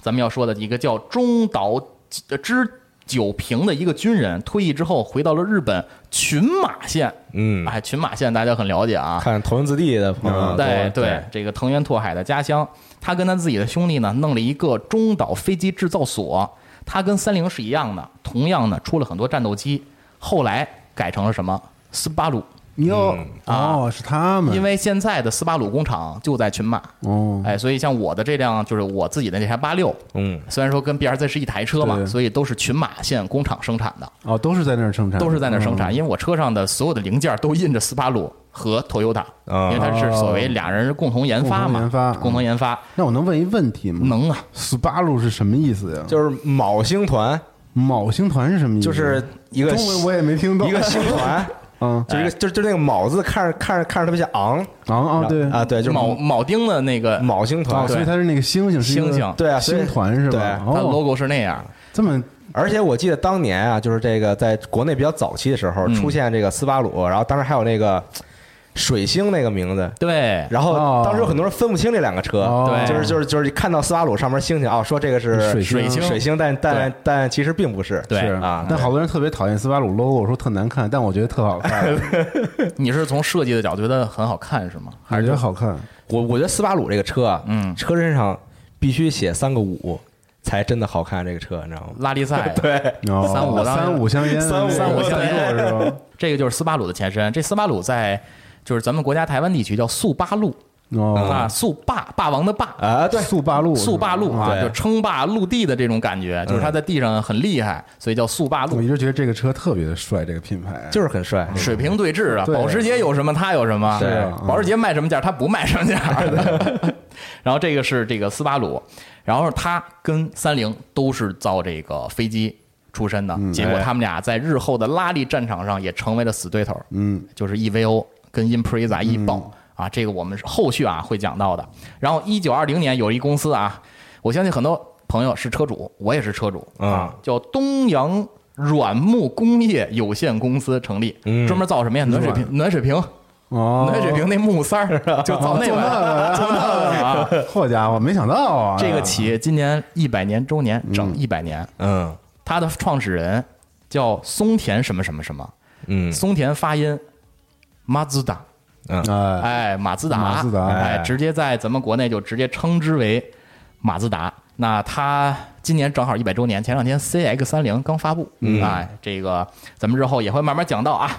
[SPEAKER 4] 咱们要说的一个叫中岛呃之久平的一个军人，退役之后回到了日本群马县。
[SPEAKER 2] 嗯，
[SPEAKER 4] 哎，群马县大家很了解啊，
[SPEAKER 2] 看头文字 D 的朋
[SPEAKER 3] 啊
[SPEAKER 2] 友，
[SPEAKER 4] 嗯对
[SPEAKER 2] 嗯对
[SPEAKER 4] 对，，这个藤原拓海的家乡，他跟他自己的兄弟呢，弄了一个中岛飞机制造所。他跟三菱是一样的，同样呢出了很多战斗机，后来改成了什么斯巴鲁，
[SPEAKER 3] 哟，
[SPEAKER 4] 啊
[SPEAKER 3] 哦，是他们，
[SPEAKER 4] 因为现在的斯巴鲁工厂就在群马，
[SPEAKER 3] 哦，
[SPEAKER 4] 哎，所以像我的这辆就是我自己的那台八六，
[SPEAKER 2] 嗯，
[SPEAKER 4] 虽然说跟 B R Z 是一台车嘛，
[SPEAKER 3] 对
[SPEAKER 4] 所以都是群马县工厂生产的，
[SPEAKER 3] 哦，都是在那儿生产，嗯
[SPEAKER 4] 都是在那儿生产，因为我车上的所有的零件都印着斯巴鲁和 Toyota，因
[SPEAKER 2] 啊
[SPEAKER 4] 为它是所谓俩人是共同研发
[SPEAKER 3] 共
[SPEAKER 4] 嘛，
[SPEAKER 3] 同研发
[SPEAKER 4] 共同研发
[SPEAKER 3] 那我能问一问题吗？
[SPEAKER 4] 能啊，
[SPEAKER 3] 斯巴鲁是什么意思呀？
[SPEAKER 2] 就是卯星团，
[SPEAKER 3] 卯星团是什么意思？
[SPEAKER 2] 就是一个
[SPEAKER 3] 中文我也没听懂。
[SPEAKER 2] 一个星团，
[SPEAKER 3] 嗯，
[SPEAKER 2] 就一个就就那个卯字，看着看着看着特别像昂
[SPEAKER 3] 昂昂哦对
[SPEAKER 2] 啊，对，就是
[SPEAKER 4] 铆铆钉的那个，
[SPEAKER 2] 卯星
[SPEAKER 3] 哦，
[SPEAKER 2] 团，
[SPEAKER 3] 所以它是那个星星，是一个
[SPEAKER 4] 星星
[SPEAKER 2] 对啊所以
[SPEAKER 3] 星团是
[SPEAKER 2] 对
[SPEAKER 3] 吧？
[SPEAKER 4] 它
[SPEAKER 3] 哦，
[SPEAKER 4] logo 是那样。
[SPEAKER 3] 这么
[SPEAKER 2] 而且我记得当年啊，就是这个在国内比较早期的时候，
[SPEAKER 4] 嗯
[SPEAKER 2] 出现这个斯巴鲁，然后当时还有那个水星那个名字，
[SPEAKER 4] 对，
[SPEAKER 2] 然后
[SPEAKER 3] 哦
[SPEAKER 2] 当时有很多人分不清这两个车，
[SPEAKER 3] 哦
[SPEAKER 4] 对
[SPEAKER 2] 就是就是就是看到斯巴鲁上面星星哦，说这个是
[SPEAKER 3] 水
[SPEAKER 4] 水
[SPEAKER 3] 星
[SPEAKER 4] 星
[SPEAKER 2] 水星，但但但其实并不是，
[SPEAKER 4] 对
[SPEAKER 3] 是
[SPEAKER 2] 啊
[SPEAKER 3] 但好多人特别讨厌斯巴鲁 logo，说特难看，但我觉得特好看，
[SPEAKER 4] 哎你是从设计的角度觉得很好看是吗？
[SPEAKER 3] 还是觉得好看。
[SPEAKER 2] 我我觉得斯巴鲁这个车啊，
[SPEAKER 4] 嗯
[SPEAKER 2] 车身上必须写三个五才真的好看，这个车你知道吗？
[SPEAKER 4] 拉力赛，
[SPEAKER 2] 对，
[SPEAKER 3] 哦
[SPEAKER 4] 三五当
[SPEAKER 3] 三五香烟，
[SPEAKER 2] 三五
[SPEAKER 3] 那个
[SPEAKER 4] 香烟
[SPEAKER 3] 赞助是 吧？
[SPEAKER 4] 这个就是斯巴鲁的前身。这斯巴鲁在就是咱们国家台湾地区叫速八路啊，
[SPEAKER 3] 哦，
[SPEAKER 4] 速霸霸王的霸，
[SPEAKER 2] 嗯啊，对，
[SPEAKER 3] 速霸路，
[SPEAKER 4] 速霸路啊，
[SPEAKER 2] 对嗯
[SPEAKER 4] 就称霸陆地的这种感觉，就是它在地上很厉害，所以叫速霸
[SPEAKER 3] 嗯我
[SPEAKER 4] 路
[SPEAKER 3] 一。直觉得这个车特别的帅，这个品牌
[SPEAKER 2] 就是很帅，
[SPEAKER 4] 水平对峙啊，
[SPEAKER 3] 对
[SPEAKER 4] 保时捷有什么它有什么，
[SPEAKER 2] 是
[SPEAKER 3] 啊嗯
[SPEAKER 4] 保时捷卖什么价它不卖什么价。然后这个是这个斯巴鲁，然后它跟三菱都是造这个飞机出身的，结果他们俩在日后的拉力战场上也成为了死对头，
[SPEAKER 3] 嗯，
[SPEAKER 4] 就是 EVO 跟 Impreza 一爆、啊，这个我们是后续啊会讲到的。然后一九二零年有一公司啊，我相信很多朋友是车主，我也是车主
[SPEAKER 2] 啊，
[SPEAKER 4] 叫东洋软木工业有限公司成立，专门造什么呀？暖水瓶，暖水瓶，
[SPEAKER 3] 哦，
[SPEAKER 4] 暖水瓶那木塞儿就造那玩意 儿，造那个 啊。
[SPEAKER 3] 好家伙，没想到啊，
[SPEAKER 4] 这个企业今年一百年周年，整一百年，
[SPEAKER 2] 嗯，
[SPEAKER 4] 它的创始人叫松田什么什么什么，
[SPEAKER 2] 嗯
[SPEAKER 4] 松田发音马自达，
[SPEAKER 3] 哎，
[SPEAKER 4] 哎，马自达，
[SPEAKER 3] 马自达
[SPEAKER 4] 哎
[SPEAKER 2] 哎，
[SPEAKER 4] 直接在咱们国内就直接称之为马自达。那它今年正好一百周年，前两天 CX 三零刚发布，
[SPEAKER 3] 嗯
[SPEAKER 4] 哎，这个咱们日后也会慢慢讲到啊，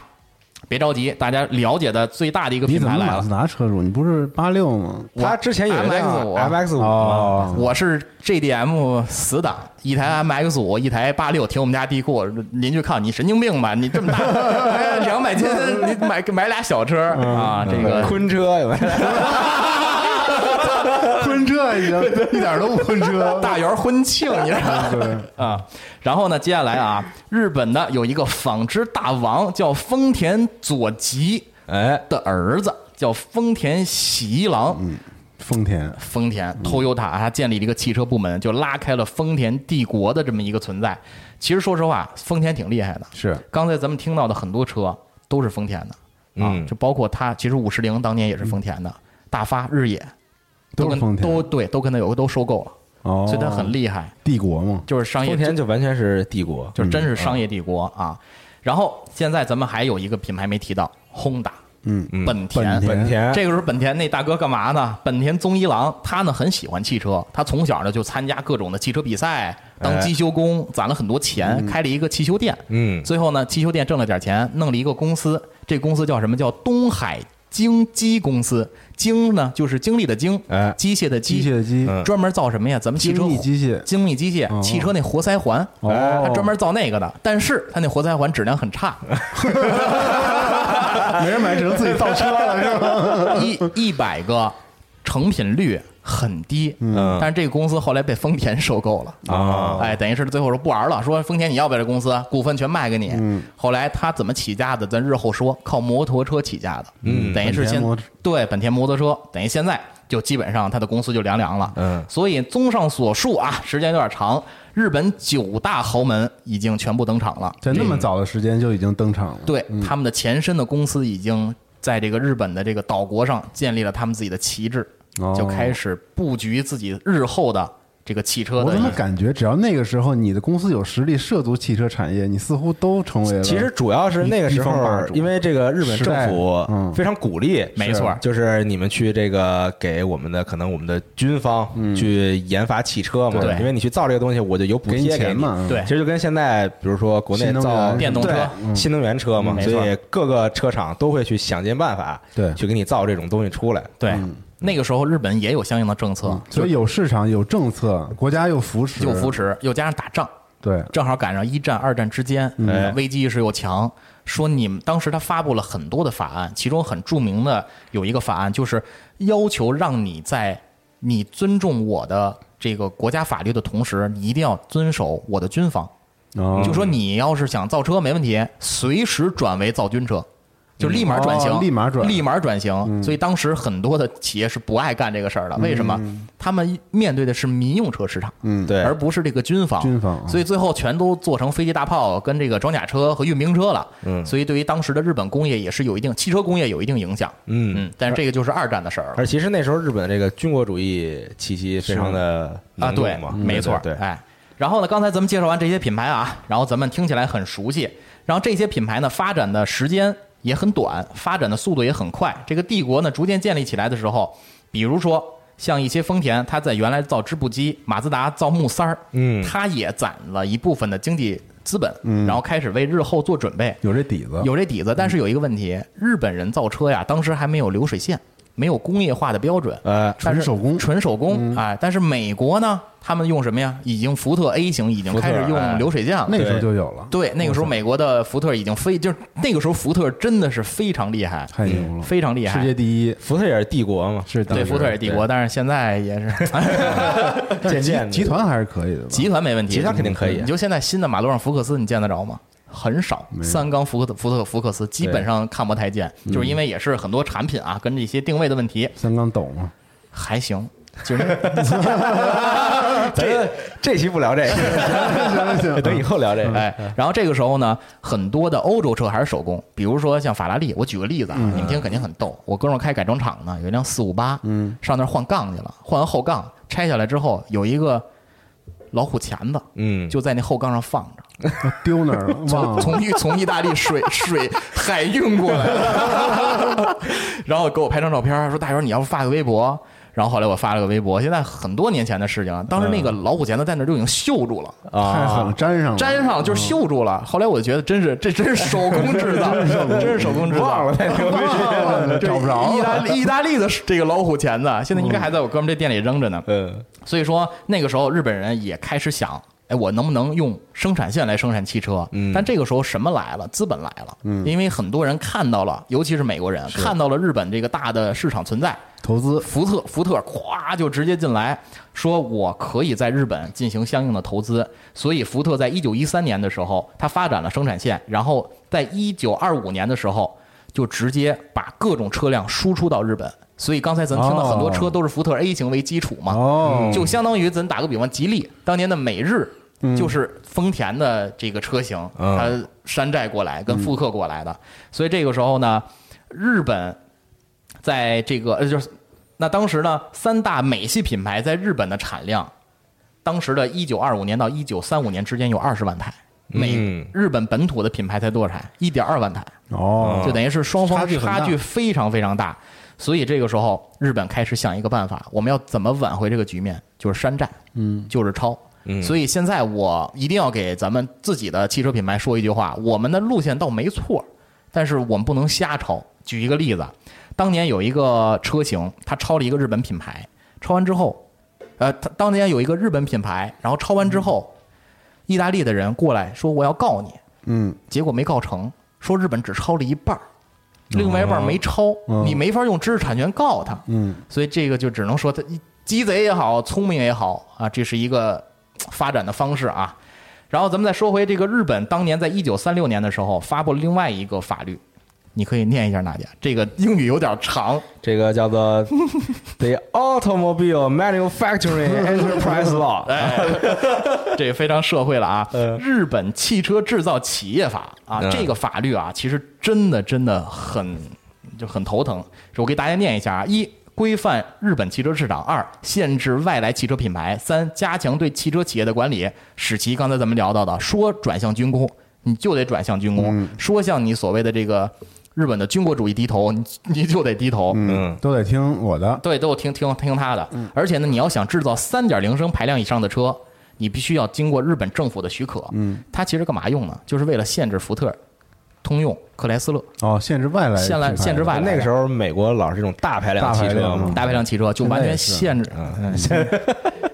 [SPEAKER 4] 别着急，大家了解的最大的一个
[SPEAKER 3] 你
[SPEAKER 4] 品
[SPEAKER 3] 怎
[SPEAKER 4] 牌
[SPEAKER 3] 么
[SPEAKER 4] 来
[SPEAKER 3] 马
[SPEAKER 4] 了
[SPEAKER 3] 自。达车主？你不是八六吗？
[SPEAKER 2] 他之前有一辆
[SPEAKER 4] MX5
[SPEAKER 2] MX 五，
[SPEAKER 3] 哦，
[SPEAKER 4] 我是 GDM 死党，一台 MX 五，一台八六，停我们家地库。邻居看你神经病吧？你这么大，哎两百斤，你买买俩小车
[SPEAKER 3] 嗯
[SPEAKER 4] 啊？这个
[SPEAKER 2] 昆车有没有？
[SPEAKER 3] 婚车已经一点都不婚车，
[SPEAKER 4] 大圆婚庆，你知道吗？
[SPEAKER 3] 对，
[SPEAKER 4] 啊，然后呢，接下来啊，日本的有一个纺织大王叫丰田佐吉
[SPEAKER 2] 哎，
[SPEAKER 4] 的儿子叫丰田喜一郎，
[SPEAKER 3] 嗯丰田
[SPEAKER 4] 丰田
[SPEAKER 3] 嗯
[SPEAKER 4] Toyota 啊它建立了一个汽车部门，就拉开了丰田帝国的这么一个存在。其实说实话，丰田挺厉害的，
[SPEAKER 3] 是
[SPEAKER 4] 刚才咱们听到的很多车都是丰田的啊
[SPEAKER 2] 嗯，
[SPEAKER 4] 就包括它，其实五十铃当年也是丰田的，大发、日野
[SPEAKER 3] 嗯都是
[SPEAKER 4] 跟
[SPEAKER 3] 丰田
[SPEAKER 4] 都对都跟它有个都收购了，
[SPEAKER 3] 哦，
[SPEAKER 4] 所以它很厉害，
[SPEAKER 3] 帝国嘛，
[SPEAKER 4] 就是商业
[SPEAKER 2] 丰田就完全是帝国，
[SPEAKER 4] 就是真是商业帝国啊。然后现在咱们还有一个品牌没提到，Honda，
[SPEAKER 3] 嗯，
[SPEAKER 2] 嗯
[SPEAKER 4] 本
[SPEAKER 3] 本
[SPEAKER 4] 田。
[SPEAKER 3] 田
[SPEAKER 2] 本田
[SPEAKER 4] 这个时候，本田那大哥干嘛呢？本田宗一郎，他呢很喜欢汽车，他从小呢就参加各种的汽车比赛，
[SPEAKER 2] 哎
[SPEAKER 4] 当机修工，攒了很多钱，开了一个汽修店。
[SPEAKER 2] 嗯
[SPEAKER 4] 最后呢，汽修店挣了点钱，弄了一个公司，这公司叫什么？叫东海精机公司。精呢就是精力的精
[SPEAKER 2] 哎，
[SPEAKER 4] 机械的
[SPEAKER 3] 机械的机，
[SPEAKER 2] 嗯
[SPEAKER 4] 专门造什么呀？咱们汽车
[SPEAKER 3] 精密机械
[SPEAKER 4] 精密机械，
[SPEAKER 3] 哦
[SPEAKER 4] 汽车那活塞环，
[SPEAKER 3] 哦
[SPEAKER 4] 他专门造那个的。但是他那活塞环质量很差，
[SPEAKER 3] 没人买，只能自己造车了，是吧？
[SPEAKER 4] 一 一百个成品率很低。
[SPEAKER 2] 嗯
[SPEAKER 4] 但是这个公司后来被丰田收购了。
[SPEAKER 2] 啊，
[SPEAKER 3] 哦
[SPEAKER 4] 哎，等于是最后说不玩了，说丰田你要不要这公司股份全卖给你？
[SPEAKER 3] 嗯
[SPEAKER 4] 后来他怎么起家的，咱日后说，靠摩托车起家的，嗯，等于是
[SPEAKER 3] 本田
[SPEAKER 4] 现
[SPEAKER 3] 摩托
[SPEAKER 4] 对本田摩托车，等于现在就基本上他的公司就凉凉了，
[SPEAKER 2] 嗯
[SPEAKER 4] 所以综上所述啊，时间有点长，日本九大豪门已经全部登场了，
[SPEAKER 3] 在那么早的时间就已经登场了，
[SPEAKER 4] 嗯对，他们的前身的公司已经在这个日本的这个岛国上建立了他们自己的旗帜，
[SPEAKER 3] 哦
[SPEAKER 4] 就开始布局自己日后的这个汽车
[SPEAKER 3] 我
[SPEAKER 4] 的
[SPEAKER 3] 怎
[SPEAKER 4] 一
[SPEAKER 3] 么
[SPEAKER 4] 个。
[SPEAKER 3] 感觉，只要那个时候你的公司有实力涉足汽车产业，你似乎都成为了
[SPEAKER 2] 其实主要是那个时
[SPEAKER 3] 一方霸
[SPEAKER 2] 候，
[SPEAKER 3] 主
[SPEAKER 2] 因为这个日本
[SPEAKER 3] 时代
[SPEAKER 2] 政
[SPEAKER 3] 嗯
[SPEAKER 2] 府非常鼓励，
[SPEAKER 4] 没错
[SPEAKER 2] 是就是你们去这个给我们的可能我们的军方去研发汽车嘛，
[SPEAKER 4] 对
[SPEAKER 2] 因为你去造这个东西，我就有补
[SPEAKER 3] 给你
[SPEAKER 2] 贴
[SPEAKER 3] 钱
[SPEAKER 2] 给你
[SPEAKER 3] 嘛，嗯
[SPEAKER 4] 对
[SPEAKER 2] 其实就跟现在，比如说国内
[SPEAKER 3] 新能源
[SPEAKER 2] 造
[SPEAKER 4] 电动车
[SPEAKER 2] 对新能源车嘛，
[SPEAKER 4] 没错
[SPEAKER 2] 所以各个车厂都会去想尽办法，
[SPEAKER 3] 对
[SPEAKER 2] 去给你造这种东西出来。
[SPEAKER 4] 对，那个时候日本也有相应的政策，
[SPEAKER 3] 嗯所以有市场、有政策，国家又扶持，
[SPEAKER 4] 有扶，持，又加上打仗，
[SPEAKER 3] 对，
[SPEAKER 4] 正好赶上一战、二战之间，
[SPEAKER 3] 嗯
[SPEAKER 4] 危机意识又强。说你们当时他发布了很多的法案，其中很著名的有一个法案，就是要求让你在你尊重我的这个国家法律的同时，你一定要遵守我的军方。
[SPEAKER 3] 哦
[SPEAKER 4] 就说你要是想造车没问题，随时转为造军车，就立马转型，
[SPEAKER 3] 哦立马转嗯
[SPEAKER 4] 立马转型。所以当时很多的企业是不爱干这个事儿的，为什么？他们面对的是民用车市场，
[SPEAKER 3] 嗯
[SPEAKER 2] 对
[SPEAKER 4] 而不是这个军方，
[SPEAKER 3] 军方啊
[SPEAKER 4] 所以最后全都做成飞机大炮、跟这个装甲车和运兵车了。嗯，所以对于当时的日本工业也是有一定，汽车工业有一定影响。
[SPEAKER 2] 嗯
[SPEAKER 4] 嗯，但是这个就是二战的事儿了。
[SPEAKER 2] 而其实那时候日本这个军国主义气息非常的
[SPEAKER 4] 啊，
[SPEAKER 2] 浓
[SPEAKER 4] 对
[SPEAKER 2] 重嘛，，
[SPEAKER 4] 没错，
[SPEAKER 2] 对，嗯对
[SPEAKER 4] 哎。然后呢，刚才咱们介绍完这些品牌啊，然后咱们听起来很熟悉，然后这些品牌呢发展的时间也很短，发展的速度也很快。这个帝国呢逐渐建立起来的时候，比如说像一些丰田，它在原来造织布机，马自达造木塞儿，
[SPEAKER 2] 嗯
[SPEAKER 4] 它也攒了一部分的经济资本，嗯，然后开始为日后做准备，
[SPEAKER 3] 有这底子，
[SPEAKER 4] 有这底子。但是有一个问题，
[SPEAKER 3] 嗯
[SPEAKER 4] 日本人造车呀，当时还没有流水线，没有工业化的标准，
[SPEAKER 2] 呃，
[SPEAKER 4] 但是
[SPEAKER 3] 纯手工嗯
[SPEAKER 4] 纯手工，哎，但是美国呢，他们用什么呀？已经福特 A 型已经开始
[SPEAKER 2] 福特哎
[SPEAKER 4] 用流水线了。
[SPEAKER 3] 那个时候就有了，
[SPEAKER 4] 啊对，那个时候美国的福特已经非，就是那个时候福特真的是非常厉害，
[SPEAKER 3] 太牛了，
[SPEAKER 4] 非常厉害，
[SPEAKER 3] 世界第一
[SPEAKER 2] 福特也是帝国嘛，
[SPEAKER 3] 是当
[SPEAKER 4] 对
[SPEAKER 3] 时
[SPEAKER 4] 福特也帝国，但是现在也 是
[SPEAKER 2] 渐
[SPEAKER 3] 集
[SPEAKER 2] 渐
[SPEAKER 3] 集团还是可以的吧，
[SPEAKER 4] 集团没问题，
[SPEAKER 2] 集啊团肯定可以
[SPEAKER 4] 你就现在新的马路上福克斯，你见得着吗？很少，
[SPEAKER 3] 没有
[SPEAKER 4] 三缸福克福特福克斯基本上看不太见，
[SPEAKER 2] 嗯
[SPEAKER 4] 就是因为也是很多产品啊，跟这些定位的问题
[SPEAKER 3] 三缸斗嘛，
[SPEAKER 4] 还行，就是
[SPEAKER 2] 啊这 这期不聊这 个，等以后聊这个。
[SPEAKER 4] 哎，然后这个时候呢，很多的欧洲车还是手工，比如说像法拉利，我举个例子啊，
[SPEAKER 2] 嗯
[SPEAKER 4] 你们听肯定很逗。我哥们儿开改装厂呢，有一辆四五八，嗯，上那儿换杠去了，换完后杠拆下来之后，有一个老虎钳子
[SPEAKER 2] 嗯，
[SPEAKER 4] 就在那后杠上放着，
[SPEAKER 3] 丢那儿 了，忘
[SPEAKER 4] 从
[SPEAKER 3] 了。
[SPEAKER 4] 从意从意大利水水海运过来的， 然后给我拍张照片，说大姚，你要不发个微博？然后后来我发了个微博，现在很多年前的事情了，当时那个老虎钳子在那儿就已经锈住
[SPEAKER 2] 嗯
[SPEAKER 4] 了，
[SPEAKER 2] 啊
[SPEAKER 3] 太狠了，粘上了，
[SPEAKER 4] 啊粘上了就是锈住了。后来我觉得真是这真是手工制造，真是手工制造，
[SPEAKER 2] 忘了太牛逼了，
[SPEAKER 3] 了
[SPEAKER 4] 这
[SPEAKER 3] 找不着
[SPEAKER 4] 意
[SPEAKER 3] 了。
[SPEAKER 4] 大利意大利的这个老虎钳子，现在应该还在我哥们这店里扔着呢。
[SPEAKER 2] 嗯，
[SPEAKER 4] 所以说那个时候日本人也开始想，哎，我能不能用生产线来生产汽车？但这个时候什么来了？资本来了，因为很多人看到了，尤其是美国人看到了日本这个大的市场存在，
[SPEAKER 3] 投资
[SPEAKER 4] 福特福特咵就直接进来，说我可以在日本进行相应的投资，所以福特在一九一三年的时候，它发展了生产线，然后在一九二五年的时候，就直接把各种车辆输出到日本。所以刚才咱听到很多车都是福特 A 型为基础嘛，嗯
[SPEAKER 3] 哦
[SPEAKER 4] 就相当于咱打个比方，吉利当年的美日。就是丰田的这个车型，
[SPEAKER 2] 嗯
[SPEAKER 4] 它山寨过来跟复刻过来的，所以这个时候呢，日本在这个呃，就是那当时呢，三大美系品牌在日本的产量，当时的一九二五年到一九三五年之间有二十万台，美、
[SPEAKER 2] 嗯
[SPEAKER 4] 日本本土的品牌才多少台？一点二万台，
[SPEAKER 3] 哦
[SPEAKER 4] 就等于是双方
[SPEAKER 3] 差距很大
[SPEAKER 4] 差距非常非常大。所以这个时候，日本开始想一个办法，我们要怎么挽回这个局面？就是山寨，嗯，就是抄。所以现在我一定要给咱们自己的汽车品牌说一句话：我们的路线倒没错，但是我们不能瞎抄。举一个例子，当年有一个车型，它抄了一个日本品牌，抄完之后，呃，它当年有一个日本品牌，然后抄完之后，意大利的人过来说我要告你，
[SPEAKER 3] 嗯，
[SPEAKER 4] 结果没告成，说日本只抄了一半儿，另外一半儿没抄，你没法用知识产权告他。
[SPEAKER 3] 嗯，
[SPEAKER 4] 所以这个就只能说他鸡贼也好，聪明也好啊，这是一个呃发展的方式啊。然后咱们再说回这个日本，当年在一九三六年的时候发布了另外一个法律，你可以念一下娜姐，这个英语有点长，
[SPEAKER 2] 这个叫 做 The Automobile Manufacturing Enterprise Law，
[SPEAKER 4] 这个非常社会了啊！
[SPEAKER 2] 嗯
[SPEAKER 4] 日本汽车制造企业法啊，
[SPEAKER 2] 嗯
[SPEAKER 4] 这个法律啊，其实真的真的很就很头疼。我给大家念一下啊：一、规范日本汽车市场；二、限制外来汽车品牌；三、加强对汽车企业的管理，使其刚才咱们聊到的，说转向军工，你就得转向军工；
[SPEAKER 2] 嗯
[SPEAKER 4] 说向你所谓的这个日本的军国主义低头，你你就得低头。
[SPEAKER 2] 嗯，
[SPEAKER 3] 都得听我的。
[SPEAKER 4] 对，都有听听听他的。而且呢，你要想制造三点零升排量以上的车，你必须要经过日本政府的许可。嗯，它其实干嘛用呢？就是为了限制福特、通用、克莱斯勒
[SPEAKER 3] 哦，限制外来品牌
[SPEAKER 4] 限
[SPEAKER 3] 的，
[SPEAKER 4] 来限制外来的
[SPEAKER 2] 那个时候美国老是这种哎大排量汽
[SPEAKER 3] 大排
[SPEAKER 2] 车
[SPEAKER 3] 量
[SPEAKER 2] 嘛
[SPEAKER 3] 嗯，
[SPEAKER 4] 大排量汽车，就完全限制。嗯，现在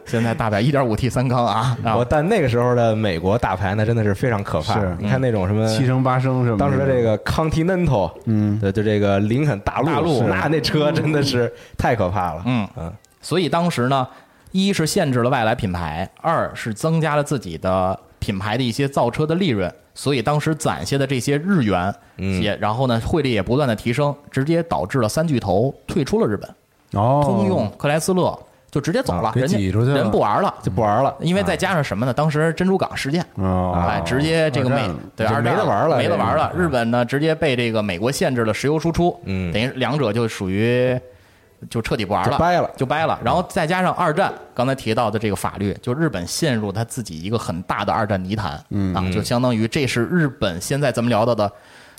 [SPEAKER 4] 现在大排一点五 T 三缸啊，啊
[SPEAKER 2] 我但那个时候的美国大牌那真的是嗯非常可怕
[SPEAKER 3] 是。
[SPEAKER 2] 你看那种什么，
[SPEAKER 3] 七升八升什么？
[SPEAKER 2] 当时的这个 Continental，嗯，对，就这个林肯大陆，
[SPEAKER 4] 大陆
[SPEAKER 2] 那那
[SPEAKER 3] 嗯
[SPEAKER 2] 车真的是太可怕了。
[SPEAKER 4] 嗯
[SPEAKER 2] 嗯
[SPEAKER 4] 所以当时呢，一是限制了外来品牌，二是增加了自己的品牌的一些造车的利润，所以当时攒下的这些日元，
[SPEAKER 2] 嗯
[SPEAKER 4] 也然后呢汇率也不断的提升，直接导致了三巨头退出了日本，
[SPEAKER 3] 哦，
[SPEAKER 4] 通用、克莱斯勒就直接走了，
[SPEAKER 3] 啊给
[SPEAKER 4] 人家
[SPEAKER 3] 挤出去了
[SPEAKER 4] 人不玩了。嗯
[SPEAKER 2] 就不玩了，
[SPEAKER 4] 因为再加上什么呢？当时珍珠港事件，
[SPEAKER 3] 哦，
[SPEAKER 4] 哎，直接这个美
[SPEAKER 3] 二战
[SPEAKER 4] 对
[SPEAKER 2] 就
[SPEAKER 4] 二战
[SPEAKER 2] 没得玩了
[SPEAKER 4] 没
[SPEAKER 2] 这
[SPEAKER 4] 得
[SPEAKER 2] 个
[SPEAKER 4] 玩了。日本呢，直接被这个美国限制了石油输出，
[SPEAKER 2] 嗯
[SPEAKER 4] 等于两者就属于就彻底不玩了，
[SPEAKER 2] 就掰了
[SPEAKER 4] 就掰了。然后再加上二战刚才提到的这个法律，就日本陷入他自己一个很大的二战泥潭，嗯啊，就相当于这是日本现在咱们聊到的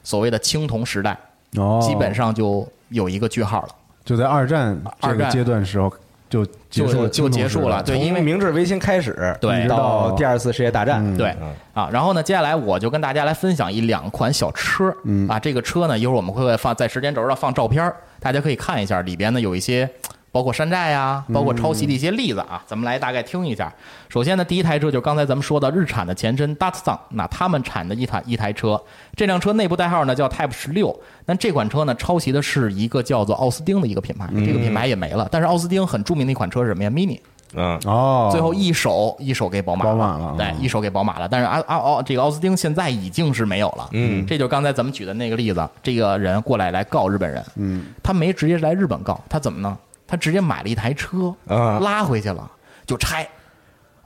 [SPEAKER 4] 所谓的青铜时代，
[SPEAKER 3] 哦，
[SPEAKER 4] 基本上就有一个句号了，
[SPEAKER 3] 就在二战这
[SPEAKER 4] 二
[SPEAKER 3] 个
[SPEAKER 4] 战
[SPEAKER 3] 阶段时候就结束
[SPEAKER 4] 就
[SPEAKER 3] 了，
[SPEAKER 4] 就结束了，对，因为
[SPEAKER 2] 从明治维新开始，
[SPEAKER 4] 对
[SPEAKER 2] 到第二次世界大
[SPEAKER 3] 嗯
[SPEAKER 2] 战，嗯
[SPEAKER 4] 对啊，然后呢，接下来我就跟大家来分享一两款小车，嗯啊，这个车呢，一会儿我们会放在时间轴上放照片儿，大家可以看一下，里边呢有一些包括山寨啊，包括抄袭的一些例子啊，咱们来大概听一下。首先呢，第一台车就是刚才咱们说的日产的前身 Datsun，那他们产的一台一台车，这辆车内部代号呢叫 Type 十六，但这款车呢抄袭的是一个叫做奥斯汀的一个品牌，这个品牌也没了，但是奥斯汀很著名的一款车是什么呀？Mini。
[SPEAKER 2] 嗯，
[SPEAKER 3] 哦，
[SPEAKER 4] 最后一手一手给宝马
[SPEAKER 3] 宝马了
[SPEAKER 4] 对
[SPEAKER 3] 嗯，
[SPEAKER 4] 一手给宝马了。但是奥奥奥这个奥斯汀现在已经是没有了，嗯，这就是刚才咱们举的那个例子，这个人过来来告日本人，嗯，他没直接来日本告，他怎么呢？他直接买了一台车，
[SPEAKER 2] 啊
[SPEAKER 4] 拉回去了就拆。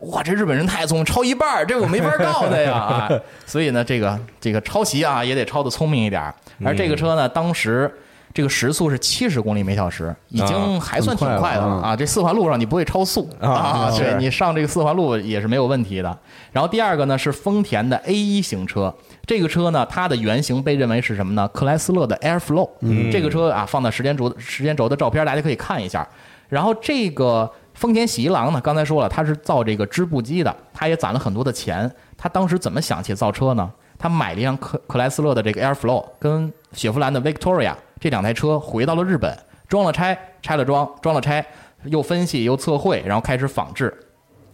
[SPEAKER 4] 哇，这日本人太聪明，抄一半儿，这我没法告他呀！ 啊，
[SPEAKER 3] 嗯
[SPEAKER 4] 所以呢，这个这个抄袭啊，也得抄的聪明一点儿。而这个车呢，当时这个时速是七十公里每小时，已经
[SPEAKER 2] 啊
[SPEAKER 4] 还算挺
[SPEAKER 3] 很快
[SPEAKER 4] 快的
[SPEAKER 3] 了嗯
[SPEAKER 4] 了啊。这四环路上你不会超速
[SPEAKER 2] 啊是
[SPEAKER 4] 对你上这个四环路也是没有问题的。然后第二个呢是丰田的 A 一型车，这个车呢它的原型被认为是什么呢？克莱斯勒的 Airflow，、这个车啊放在时间轴时间轴的照片，大家可以看一下。然后这个丰田喜一郎呢，刚才说了，他是造这个织布机的，他也攒了很多的钱。他当时怎么想起造车呢？他买了一辆克克莱斯勒的这个 Airflow 跟雪佛兰的 Victoria 这两台车回到了日本，装了拆，拆了装，装了拆，又分析又测绘，然后开始仿制。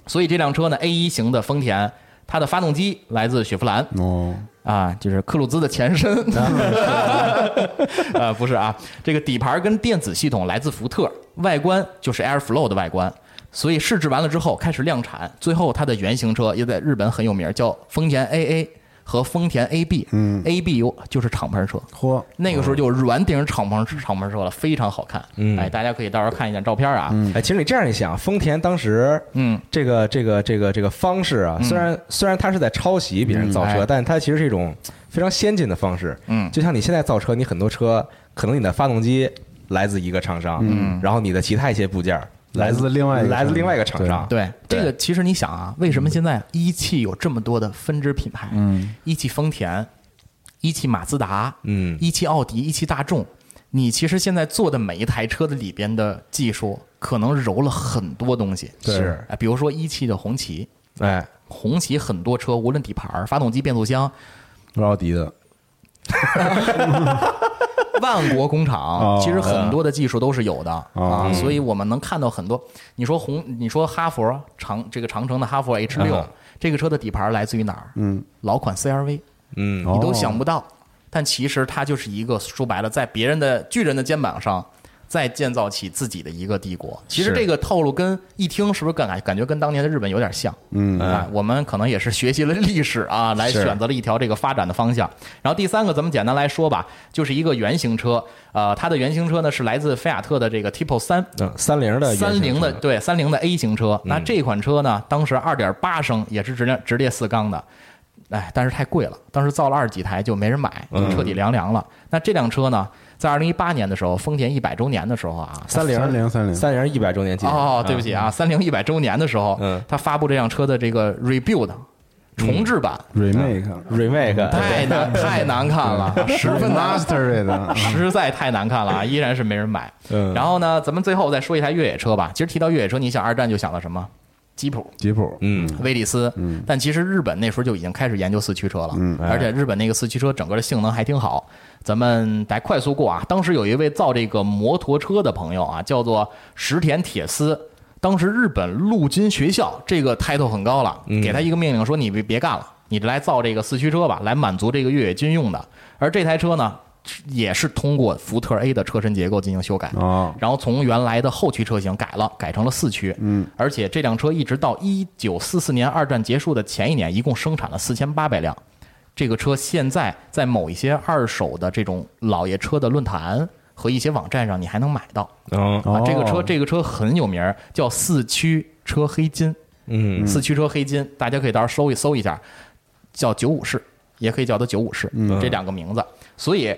[SPEAKER 4] 所以这辆车呢，A 一型的丰田，它的发动机来自雪佛兰，
[SPEAKER 3] 哦，
[SPEAKER 4] 啊，就是克鲁兹的前 身，啊，不是啊，这个底盘跟电子系统来自福特，外观就是 Airflow 的外观，所以试制完了之后开始量产，最后它的原型车也在日本很有名，叫丰田 AA 和丰田 AB，嗯，AB 有就是敞篷车，
[SPEAKER 3] 嚯，
[SPEAKER 4] 那个时候就软顶敞篷敞篷车了，非常好看，嗯，哎，大家可以到时候看一下照片啊，
[SPEAKER 2] 哎，其实你这样一想，丰田当时，
[SPEAKER 4] 嗯，
[SPEAKER 2] 这个这个这个这个方式啊，虽然虽然它是在抄袭别人造
[SPEAKER 4] 嗯哎
[SPEAKER 2] 车，但它其实是一种非常先进的方式。
[SPEAKER 4] 嗯
[SPEAKER 2] 就像你现在造车，你很多车可能你的发动机来自一个厂商，嗯，然后你的其他一些部件
[SPEAKER 3] 来自另外一个
[SPEAKER 2] 来自
[SPEAKER 3] 厂
[SPEAKER 2] 另外一个厂商。
[SPEAKER 4] 对，这个其实你想啊，为什么现在一汽有这么多的分支品牌？嗯，一汽丰田、一汽马自达、
[SPEAKER 2] 嗯
[SPEAKER 4] 一汽奥迪、一汽大众，你其实现在做的每一台车的里边的技术，可能揉了很多东西。
[SPEAKER 2] 对是
[SPEAKER 4] 哎，比如说一汽的红旗，
[SPEAKER 2] 哎，
[SPEAKER 4] 红旗很多车，无论底盘、发动机、变速箱，
[SPEAKER 3] 是奥迪的，
[SPEAKER 4] 万国工厂
[SPEAKER 3] 哦，
[SPEAKER 4] 其实很多的技术都是有的
[SPEAKER 3] 哦
[SPEAKER 4] 啊，所以我们能看到很多。你说红，你说哈佛长这个长城的哈佛 H 六
[SPEAKER 2] 嗯，
[SPEAKER 4] 这个车的底盘来自于哪儿？
[SPEAKER 3] 嗯，
[SPEAKER 4] 老款 CRV，
[SPEAKER 2] 嗯，
[SPEAKER 4] 你都
[SPEAKER 3] 哦
[SPEAKER 4] 想不到。但其实它就是一个说白了，在别人的巨人的肩膀上，再建造起自己的一个帝国。其实
[SPEAKER 2] 是
[SPEAKER 4] 这个套路跟一听是不是感感觉跟当年的日本有点像？
[SPEAKER 3] 嗯
[SPEAKER 4] 啊，我们可能也是学习了历史啊，来
[SPEAKER 2] 是
[SPEAKER 4] 选择了一条这个发展的方向。然后第三个，咱们简单来说吧，就是一个原型车。呃，它的原型车呢是来自菲亚特的这个 Tipo 三。
[SPEAKER 2] 嗯，三菱的
[SPEAKER 4] 三菱的
[SPEAKER 2] 原型车
[SPEAKER 4] 对三菱的 A 型车，
[SPEAKER 2] 嗯
[SPEAKER 4] 那这款车呢，当时二点八升也是直列直列四缸的，哎，但是太贵了，当时造了二十几台就没人买，就
[SPEAKER 2] 嗯
[SPEAKER 4] 彻底凉凉了。那这辆车呢，在二零一八年的时候，丰田一百周年的时候啊，
[SPEAKER 2] 三菱
[SPEAKER 3] 三菱三菱
[SPEAKER 2] 三菱一百周年纪念。
[SPEAKER 4] 哦，对不起啊，三菱一百周年的时候
[SPEAKER 2] 嗯，
[SPEAKER 4] 它发布这辆车的这个 rebuild 重置版，
[SPEAKER 3] remake 啊
[SPEAKER 2] 嗯，remake
[SPEAKER 4] 太难太难看了，十分难
[SPEAKER 3] mastery 的，
[SPEAKER 4] 实在太难看了啊，依然是没人买。
[SPEAKER 2] 嗯
[SPEAKER 4] 然后呢，咱们最后再说一台越野车吧。其实提到越野车，你想二战就想到什么？吉普、
[SPEAKER 3] 吉普，
[SPEAKER 2] 嗯，嗯
[SPEAKER 4] 威利斯。但其实日本那时候就已经开始研究四驱车了，而且日本那个四驱车整个的性能还挺好。咱们来快速过啊，当时有一位造这个摩托车的朋友啊，叫做石田铁丝。当时日本陆军学校这个 title 很高了，给他一个命令说你别别干了，你来造这个四驱车吧，来满足这个越野军用的。而这台车呢，也是通过福特 A 的车身结构进行修改，
[SPEAKER 3] 哦
[SPEAKER 4] 啊然后从原来的后驱车型改了，改成了四驱。嗯，而且这辆车一直到一九四四年二战结束的前一年，一共生产了四千八百辆。这个车现在在某一些二手的这种老爷车的论坛和一些网站上，你还能买到
[SPEAKER 2] 嗯
[SPEAKER 4] 啊。这个车
[SPEAKER 3] 哦
[SPEAKER 4] 这个车很有名儿，叫四驱车黑金。
[SPEAKER 2] 嗯，
[SPEAKER 4] 四驱车黑金，大家可以到时候搜一搜一下，叫九五式，也可以叫它九五式，
[SPEAKER 3] 嗯
[SPEAKER 4] 这两个名字。所以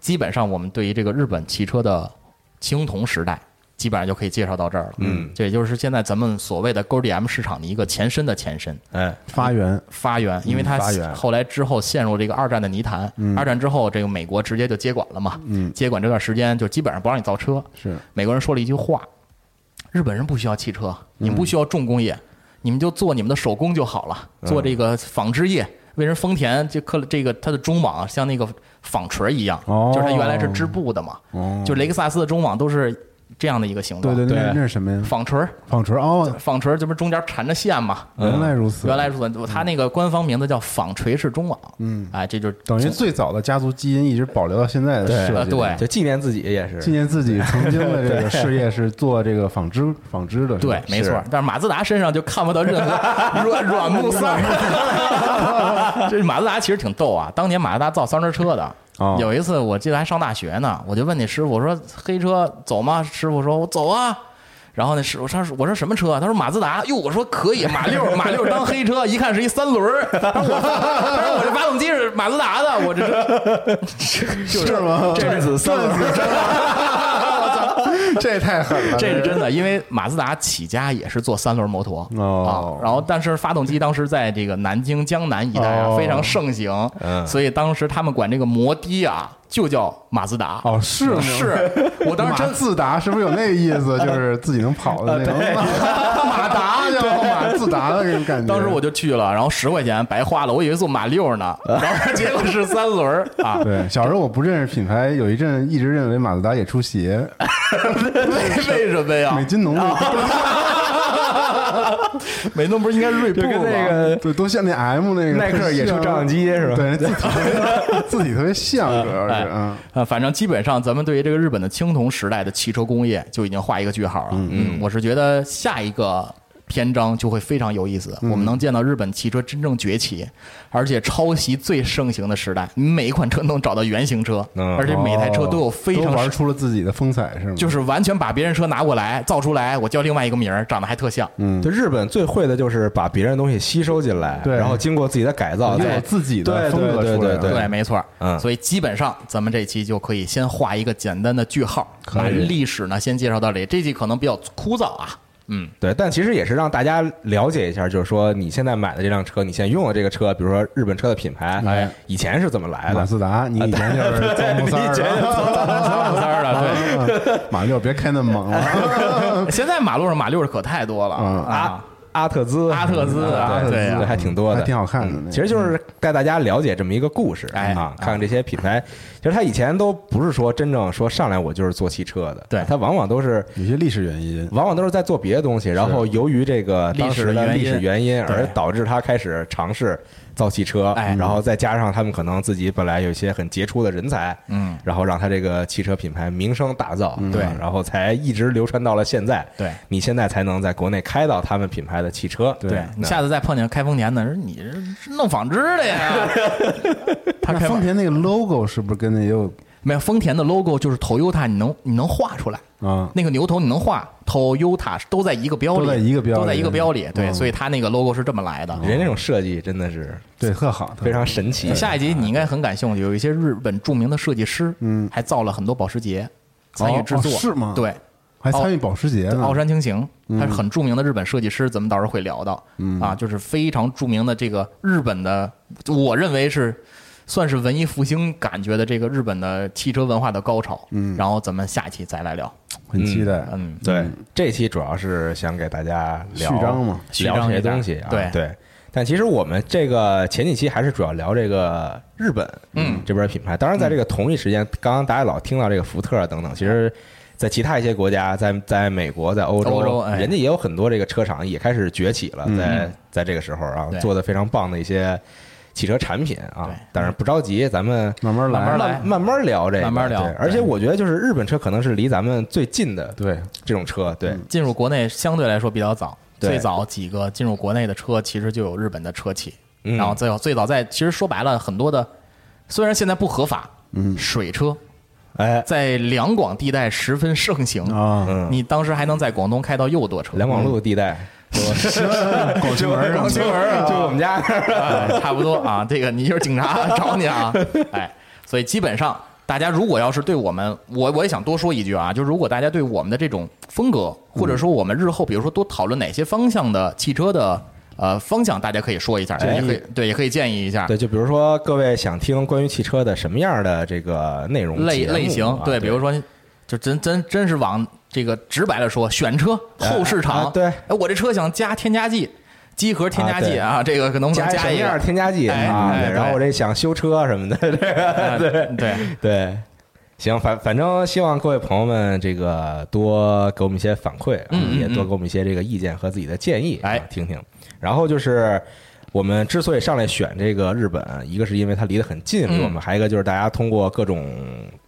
[SPEAKER 4] 基本上我们对于这个日本汽车的青铜时代，基本上就可以介绍到这儿了。嗯，这也就是现在咱们所谓的 GDM 市场的一个前身的前身
[SPEAKER 2] 哎，
[SPEAKER 3] 发源，
[SPEAKER 4] 发源，因为它
[SPEAKER 3] 嗯发源
[SPEAKER 4] 后来之后陷入这个二战的泥潭，二战之后这个美国直接就接管了嘛，接管这段时间就基本上不让你造车，
[SPEAKER 3] 是
[SPEAKER 4] 美国人说了一句话：“日本人不需要汽车，
[SPEAKER 3] 嗯
[SPEAKER 4] 你们不需要重工业，你们就做你们的手工就好了，
[SPEAKER 3] 嗯
[SPEAKER 4] 做这个纺织业。为人丰田这克这个它的中网像那个纺锤一样，
[SPEAKER 3] 哦嗯
[SPEAKER 4] 就是它原来是织布的嘛，就雷克萨斯的中网都是这样的一个形状。
[SPEAKER 3] 对对，
[SPEAKER 2] 对
[SPEAKER 3] 那那是什么呀？
[SPEAKER 4] 纺锤，
[SPEAKER 3] 纺锤哦，
[SPEAKER 4] 纺锤这不是中间缠着线嘛？
[SPEAKER 3] 原来如此，
[SPEAKER 4] 嗯原来如此，它那个官方名字叫纺锤式中网。嗯，哎，这就是
[SPEAKER 3] 等于最早的家族基因一直保留到现在的
[SPEAKER 2] 对
[SPEAKER 3] 设
[SPEAKER 4] 呃
[SPEAKER 3] 计。
[SPEAKER 4] 对
[SPEAKER 2] 就纪念自己也是。
[SPEAKER 3] 纪念自己曾经的这个事业是做这个纺织纺织的，是吧
[SPEAKER 4] 对，没错。但是马自达身上就看不到任 何软软木塞儿。 这马自达其实挺逗啊，当年马自达造三轮车的。
[SPEAKER 3] 哦
[SPEAKER 4] 有一次我记得还上大学呢，我就问那师傅，我说黑车走吗？师傅说我走啊。然后呢，是我上我说什么车啊？他说马自达。哟，我说可以，马六马六当黑车，一看是一三轮儿。他说我他说我这发动机是马自达的，我这
[SPEAKER 3] 是吗？
[SPEAKER 2] 这是子三轮
[SPEAKER 3] 转子三轮我操 这也太狠了，
[SPEAKER 4] 这 是真的，因为马自达起家也是做三轮摩托
[SPEAKER 3] 哦
[SPEAKER 4] 啊，然后但是发动机当时在这个南京江南一带
[SPEAKER 3] 哦
[SPEAKER 4] 啊非常盛行
[SPEAKER 2] 嗯，
[SPEAKER 4] 所以当时他们管这个摩的啊就叫马自达。
[SPEAKER 3] 哦，是吗？
[SPEAKER 4] 是嗯我当 时
[SPEAKER 3] 马
[SPEAKER 4] 真呃
[SPEAKER 3] 自达是不是有那意 思？就是自己能跑的那种 马达，就马自达的那种感觉。
[SPEAKER 4] 当时我就去了，然后十块钱白花了，我以为送马 六呢，然后结果是三轮儿啊。
[SPEAKER 3] 对小时候我不认识品牌，有一阵一直认为马自达也出鞋，
[SPEAKER 4] 为什 么呀
[SPEAKER 3] 美？津浓那
[SPEAKER 4] 啊
[SPEAKER 3] 个
[SPEAKER 4] 美东不是应该是锐步
[SPEAKER 2] 就跟那
[SPEAKER 4] 吗？
[SPEAKER 2] 个
[SPEAKER 3] 对，都像那 M 那个
[SPEAKER 2] 耐克也出照相机是吧
[SPEAKER 3] 对，字体 特别字体特别像，主要是嗯。
[SPEAKER 4] 呃，反正基本上咱们对于这个日本的青铜时代的汽车工业就已经画一个句号了。嗯，我是觉得下一个篇章就会非常有意思，我们能见到日本汽车真正崛起，而且抄袭最盛行的时代，你每一款车都能找到原型车，
[SPEAKER 2] 嗯
[SPEAKER 4] 而且每台车都有
[SPEAKER 3] 哦
[SPEAKER 4] 非
[SPEAKER 3] 都
[SPEAKER 4] 常
[SPEAKER 3] 玩出了自己的风采，是吗？
[SPEAKER 4] 就是完全把别人车拿过来造出来，我叫另外一个名儿，长得还特像。
[SPEAKER 2] 对日本最会的就是把别人的东西吸收进来，
[SPEAKER 3] 对
[SPEAKER 2] 然后经过自己的改造，
[SPEAKER 3] 又
[SPEAKER 2] 再
[SPEAKER 3] 有自己
[SPEAKER 2] 对
[SPEAKER 3] 的风格
[SPEAKER 2] 对
[SPEAKER 3] 出来
[SPEAKER 2] 对
[SPEAKER 3] 了。
[SPEAKER 2] 对
[SPEAKER 4] 对，没错儿。
[SPEAKER 2] 嗯
[SPEAKER 4] 所以基本上咱们这期就可以先画一个简单的句号，把历史呢先介绍到这里。这期可能比较枯燥啊，嗯，
[SPEAKER 2] 对，但其实也是让大家了解一下，就是说你现在买的这辆车，你现在用的这个车，比如说日本车的品牌，
[SPEAKER 3] 哎
[SPEAKER 2] 以前是怎么来
[SPEAKER 3] 马
[SPEAKER 2] 的？
[SPEAKER 3] 自达，你以前就是装
[SPEAKER 2] 你
[SPEAKER 3] 模三
[SPEAKER 2] 以前就
[SPEAKER 4] 三三的。对，
[SPEAKER 3] 儿，啊马六别开那么猛 了，
[SPEAKER 4] 现在马路上马六儿可太多了
[SPEAKER 3] 嗯
[SPEAKER 4] 啊，
[SPEAKER 2] 阿特兹，
[SPEAKER 4] 阿特兹
[SPEAKER 2] 嗯
[SPEAKER 4] 啊
[SPEAKER 2] 对
[SPEAKER 4] 对啊
[SPEAKER 2] 对还挺多
[SPEAKER 3] 还
[SPEAKER 2] 的，
[SPEAKER 3] 挺好看的那个。
[SPEAKER 2] 其实就是带大家了解这么一个故事，
[SPEAKER 4] 哎
[SPEAKER 2] 啊，看看这些品牌，其实他以前都不是说真正说上来我就是做汽车的，
[SPEAKER 4] 对
[SPEAKER 2] 他往往都是。
[SPEAKER 3] 有些历史原因，
[SPEAKER 2] 往往都是在做别的东西，然后由于这个当时的历
[SPEAKER 4] 历
[SPEAKER 2] 史
[SPEAKER 4] 史
[SPEAKER 2] 原因
[SPEAKER 4] 对
[SPEAKER 2] 而导致他开始尝试造汽车，
[SPEAKER 4] 哎
[SPEAKER 2] 然后再加上他们可能自己本来有一些很杰出的人才，
[SPEAKER 4] 嗯，
[SPEAKER 2] 然后让他这个汽车品牌名声大噪，
[SPEAKER 4] 对
[SPEAKER 2] 啊然后才一直流传到了现在，
[SPEAKER 4] 对
[SPEAKER 2] 你现在才能在国内开到他们品牌的汽车，
[SPEAKER 4] 对你
[SPEAKER 2] 那
[SPEAKER 4] 下次再碰见开丰田的，人你是弄纺织的呀？他
[SPEAKER 3] 那
[SPEAKER 4] 开
[SPEAKER 3] 丰
[SPEAKER 4] 丰
[SPEAKER 3] 田那个 logo 是不是跟那也有
[SPEAKER 4] 没有丰田的 logo 就是 Toyota，你能你能画出来。
[SPEAKER 3] 啊？
[SPEAKER 4] 那个牛头你能画，Toyota 都在一个标里，
[SPEAKER 3] 都在一个标里
[SPEAKER 4] 都在一个标里，对，
[SPEAKER 3] 嗯
[SPEAKER 4] 所以它那个 logo 是这么来的。
[SPEAKER 2] 人这种设计真的是
[SPEAKER 3] 对，特好，
[SPEAKER 2] 非
[SPEAKER 3] 特
[SPEAKER 2] 常
[SPEAKER 3] 好
[SPEAKER 2] 神奇。
[SPEAKER 4] 下一集你应该很感兴趣，有一些日本著名的设计师，
[SPEAKER 3] 嗯
[SPEAKER 4] 还造了很多保时捷，参与制作，
[SPEAKER 3] 哦是吗
[SPEAKER 4] 对，
[SPEAKER 3] 还参与保时捷呢
[SPEAKER 4] 奥。山清行，他哦是很著名的日本设计师，咱们到时候会聊到，啊，就是非常著名的这个日本的，我认为是。算是文艺复兴感觉的这个日本的汽车文化的高潮，嗯，然后咱们下期再来聊，
[SPEAKER 3] 很期待。
[SPEAKER 4] 嗯，
[SPEAKER 2] 对，这期主要是想给大家聊
[SPEAKER 3] 序章嘛
[SPEAKER 4] 序
[SPEAKER 2] 聊
[SPEAKER 4] 章
[SPEAKER 2] 这些
[SPEAKER 4] 给大家
[SPEAKER 2] 东西啊，
[SPEAKER 4] 对
[SPEAKER 2] 但其实我们这个前几期还是主要聊这个日本，嗯，这边的品牌。当然，在这个同一时间，刚刚大家老听到这个福特啊等等，其实，在其他一些国家，在在美国、在欧洲，
[SPEAKER 4] 欧洲哎嗯
[SPEAKER 2] 人家也有很多这个车厂也开始崛起了，在在这个时候啊，
[SPEAKER 4] 对
[SPEAKER 2] 做的非常棒的一些汽车产品啊
[SPEAKER 4] 对。
[SPEAKER 2] 但是不着急，咱们
[SPEAKER 3] 慢慢来，
[SPEAKER 4] 慢慢来
[SPEAKER 2] 慢慢聊这个，
[SPEAKER 4] 慢慢聊
[SPEAKER 2] 对而且
[SPEAKER 4] 对
[SPEAKER 2] 我觉得，就是日本车可能是离咱们最近的
[SPEAKER 3] 对，
[SPEAKER 2] 这种车，对。
[SPEAKER 4] 进入国内相对来说比较早，
[SPEAKER 2] 对
[SPEAKER 4] 最早几个进入国内的车其实就有日本的车企，
[SPEAKER 2] 嗯
[SPEAKER 4] 然后最早最早在其实说白了很多的，虽然现在不合法，嗯，水车
[SPEAKER 2] 哎，
[SPEAKER 4] 在两广地带十分盛行
[SPEAKER 3] 啊
[SPEAKER 2] 嗯
[SPEAKER 4] 你当时还能在广东开到右舵车，
[SPEAKER 2] 两广路地 带，
[SPEAKER 3] 广渠门上
[SPEAKER 2] 门啊， 就我们家那儿。
[SPEAKER 4] 哎差不多啊， 这个你就是警察找 你啊，哎，所以基本上大家如果要是对我们，我我也想多说一句啊，就如果大家对我们的这种风格，或者说我们日后比如说多讨论哪些方向的汽车的呃方向，大家可以说一下，
[SPEAKER 2] 建议
[SPEAKER 4] 也可以对，也可以建议一下。
[SPEAKER 2] 对，就比如说各位想听关于汽车的什么样的这个内容
[SPEAKER 4] 类
[SPEAKER 2] 节目啊
[SPEAKER 4] 类型，
[SPEAKER 2] 对，
[SPEAKER 4] 比如说，就真真真是往这个直白了说，选车后市
[SPEAKER 2] 哎
[SPEAKER 4] 场，
[SPEAKER 2] 哎对
[SPEAKER 4] 哎，我这车想加添加剂，机盒添加
[SPEAKER 2] 啊对
[SPEAKER 4] 剂啊，这个可能不能
[SPEAKER 2] 加
[SPEAKER 4] 加
[SPEAKER 2] 什么
[SPEAKER 4] 一
[SPEAKER 2] 样
[SPEAKER 4] 下
[SPEAKER 2] 的，添加剂
[SPEAKER 4] 哎
[SPEAKER 2] 啊？
[SPEAKER 4] 哎
[SPEAKER 2] 对然后
[SPEAKER 4] 对
[SPEAKER 2] 我这想修车啊什么的，这
[SPEAKER 4] 哎
[SPEAKER 2] 个对
[SPEAKER 4] 对，
[SPEAKER 2] 对。行，反反正希望各位朋友们这个多给我们一些反馈啊，
[SPEAKER 4] 嗯嗯
[SPEAKER 2] 也多给我们一些这个意见和自己的建议，
[SPEAKER 4] 哎
[SPEAKER 2] 啊，听听。然后就是我们之所以上来选这个日本，一个是因为它离得很近，
[SPEAKER 4] 嗯
[SPEAKER 2] 离我们；还有一个就是大家通过各种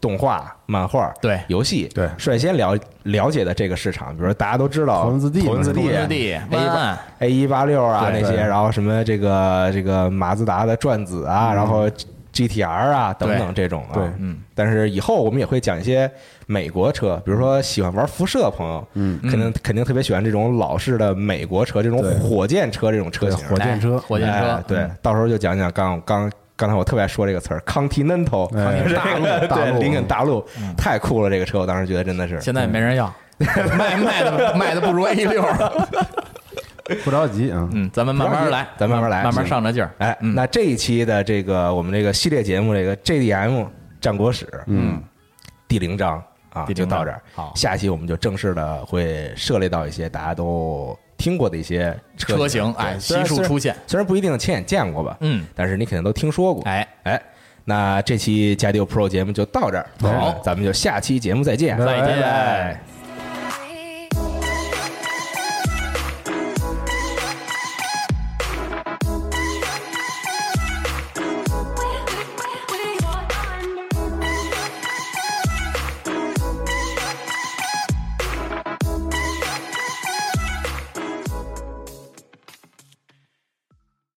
[SPEAKER 2] 动画、漫画、
[SPEAKER 4] 对
[SPEAKER 2] 游戏，
[SPEAKER 3] 对
[SPEAKER 2] 率先了了解的这个市场，比如说大家都知道
[SPEAKER 3] 头文字 D 嘛
[SPEAKER 2] 头文字 D、
[SPEAKER 3] 头
[SPEAKER 4] 文字 D
[SPEAKER 2] A
[SPEAKER 4] 湾
[SPEAKER 2] 八
[SPEAKER 4] 岸
[SPEAKER 2] A 一八六啊
[SPEAKER 3] 对
[SPEAKER 2] 那些，
[SPEAKER 3] 对
[SPEAKER 4] 嗯
[SPEAKER 2] 然后什么这个这个马自达的转子啊，然后。 GTR 啊等等这种啊。
[SPEAKER 3] 对
[SPEAKER 2] 嗯。但是以后我们也会讲一些美国车，比如说喜欢玩辐射的朋友，嗯，肯定肯定特别喜欢这种老式的美国车，这种
[SPEAKER 3] 对
[SPEAKER 2] 火箭车这种车型。
[SPEAKER 3] 火箭车嗯
[SPEAKER 4] 哎火箭车
[SPEAKER 2] 哎，对，到时候就讲讲刚刚刚才我特别爱说这个词儿，continental，
[SPEAKER 3] 哎
[SPEAKER 2] 这个
[SPEAKER 3] 大陆大 陆
[SPEAKER 2] 对，林肯大陆
[SPEAKER 4] 嗯
[SPEAKER 2] 太酷了，这个车我当时觉得真的是。
[SPEAKER 4] 现在没人要， 卖卖的卖的不如 A 六。
[SPEAKER 3] 不着急啊，
[SPEAKER 4] 嗯，咱们慢慢来，
[SPEAKER 2] 咱慢慢来
[SPEAKER 4] 慢慢
[SPEAKER 2] 行
[SPEAKER 4] 上着劲儿。
[SPEAKER 2] 哎，
[SPEAKER 4] 嗯
[SPEAKER 2] 那这一期的这个我们这个系列节目，这个 JDM 战国史，嗯，第零章啊，
[SPEAKER 4] 第零
[SPEAKER 2] 就
[SPEAKER 4] 章
[SPEAKER 2] 到这儿。
[SPEAKER 4] 好
[SPEAKER 2] 下一期我们就正式的会涉猎到一些大家都听过的一些
[SPEAKER 4] 车
[SPEAKER 2] 型
[SPEAKER 4] 型，哎
[SPEAKER 2] 对虽然
[SPEAKER 4] 悉数
[SPEAKER 2] 虽然
[SPEAKER 4] 出现
[SPEAKER 2] 虽然不一定亲眼见过吧，
[SPEAKER 4] 嗯，
[SPEAKER 2] 但是你肯定都听说过。
[SPEAKER 4] 哎
[SPEAKER 2] 哎，那这期加迪 Pro 节目就到这儿，
[SPEAKER 4] 好
[SPEAKER 2] 咱们就下期节目再见，
[SPEAKER 4] 再见
[SPEAKER 2] 拜拜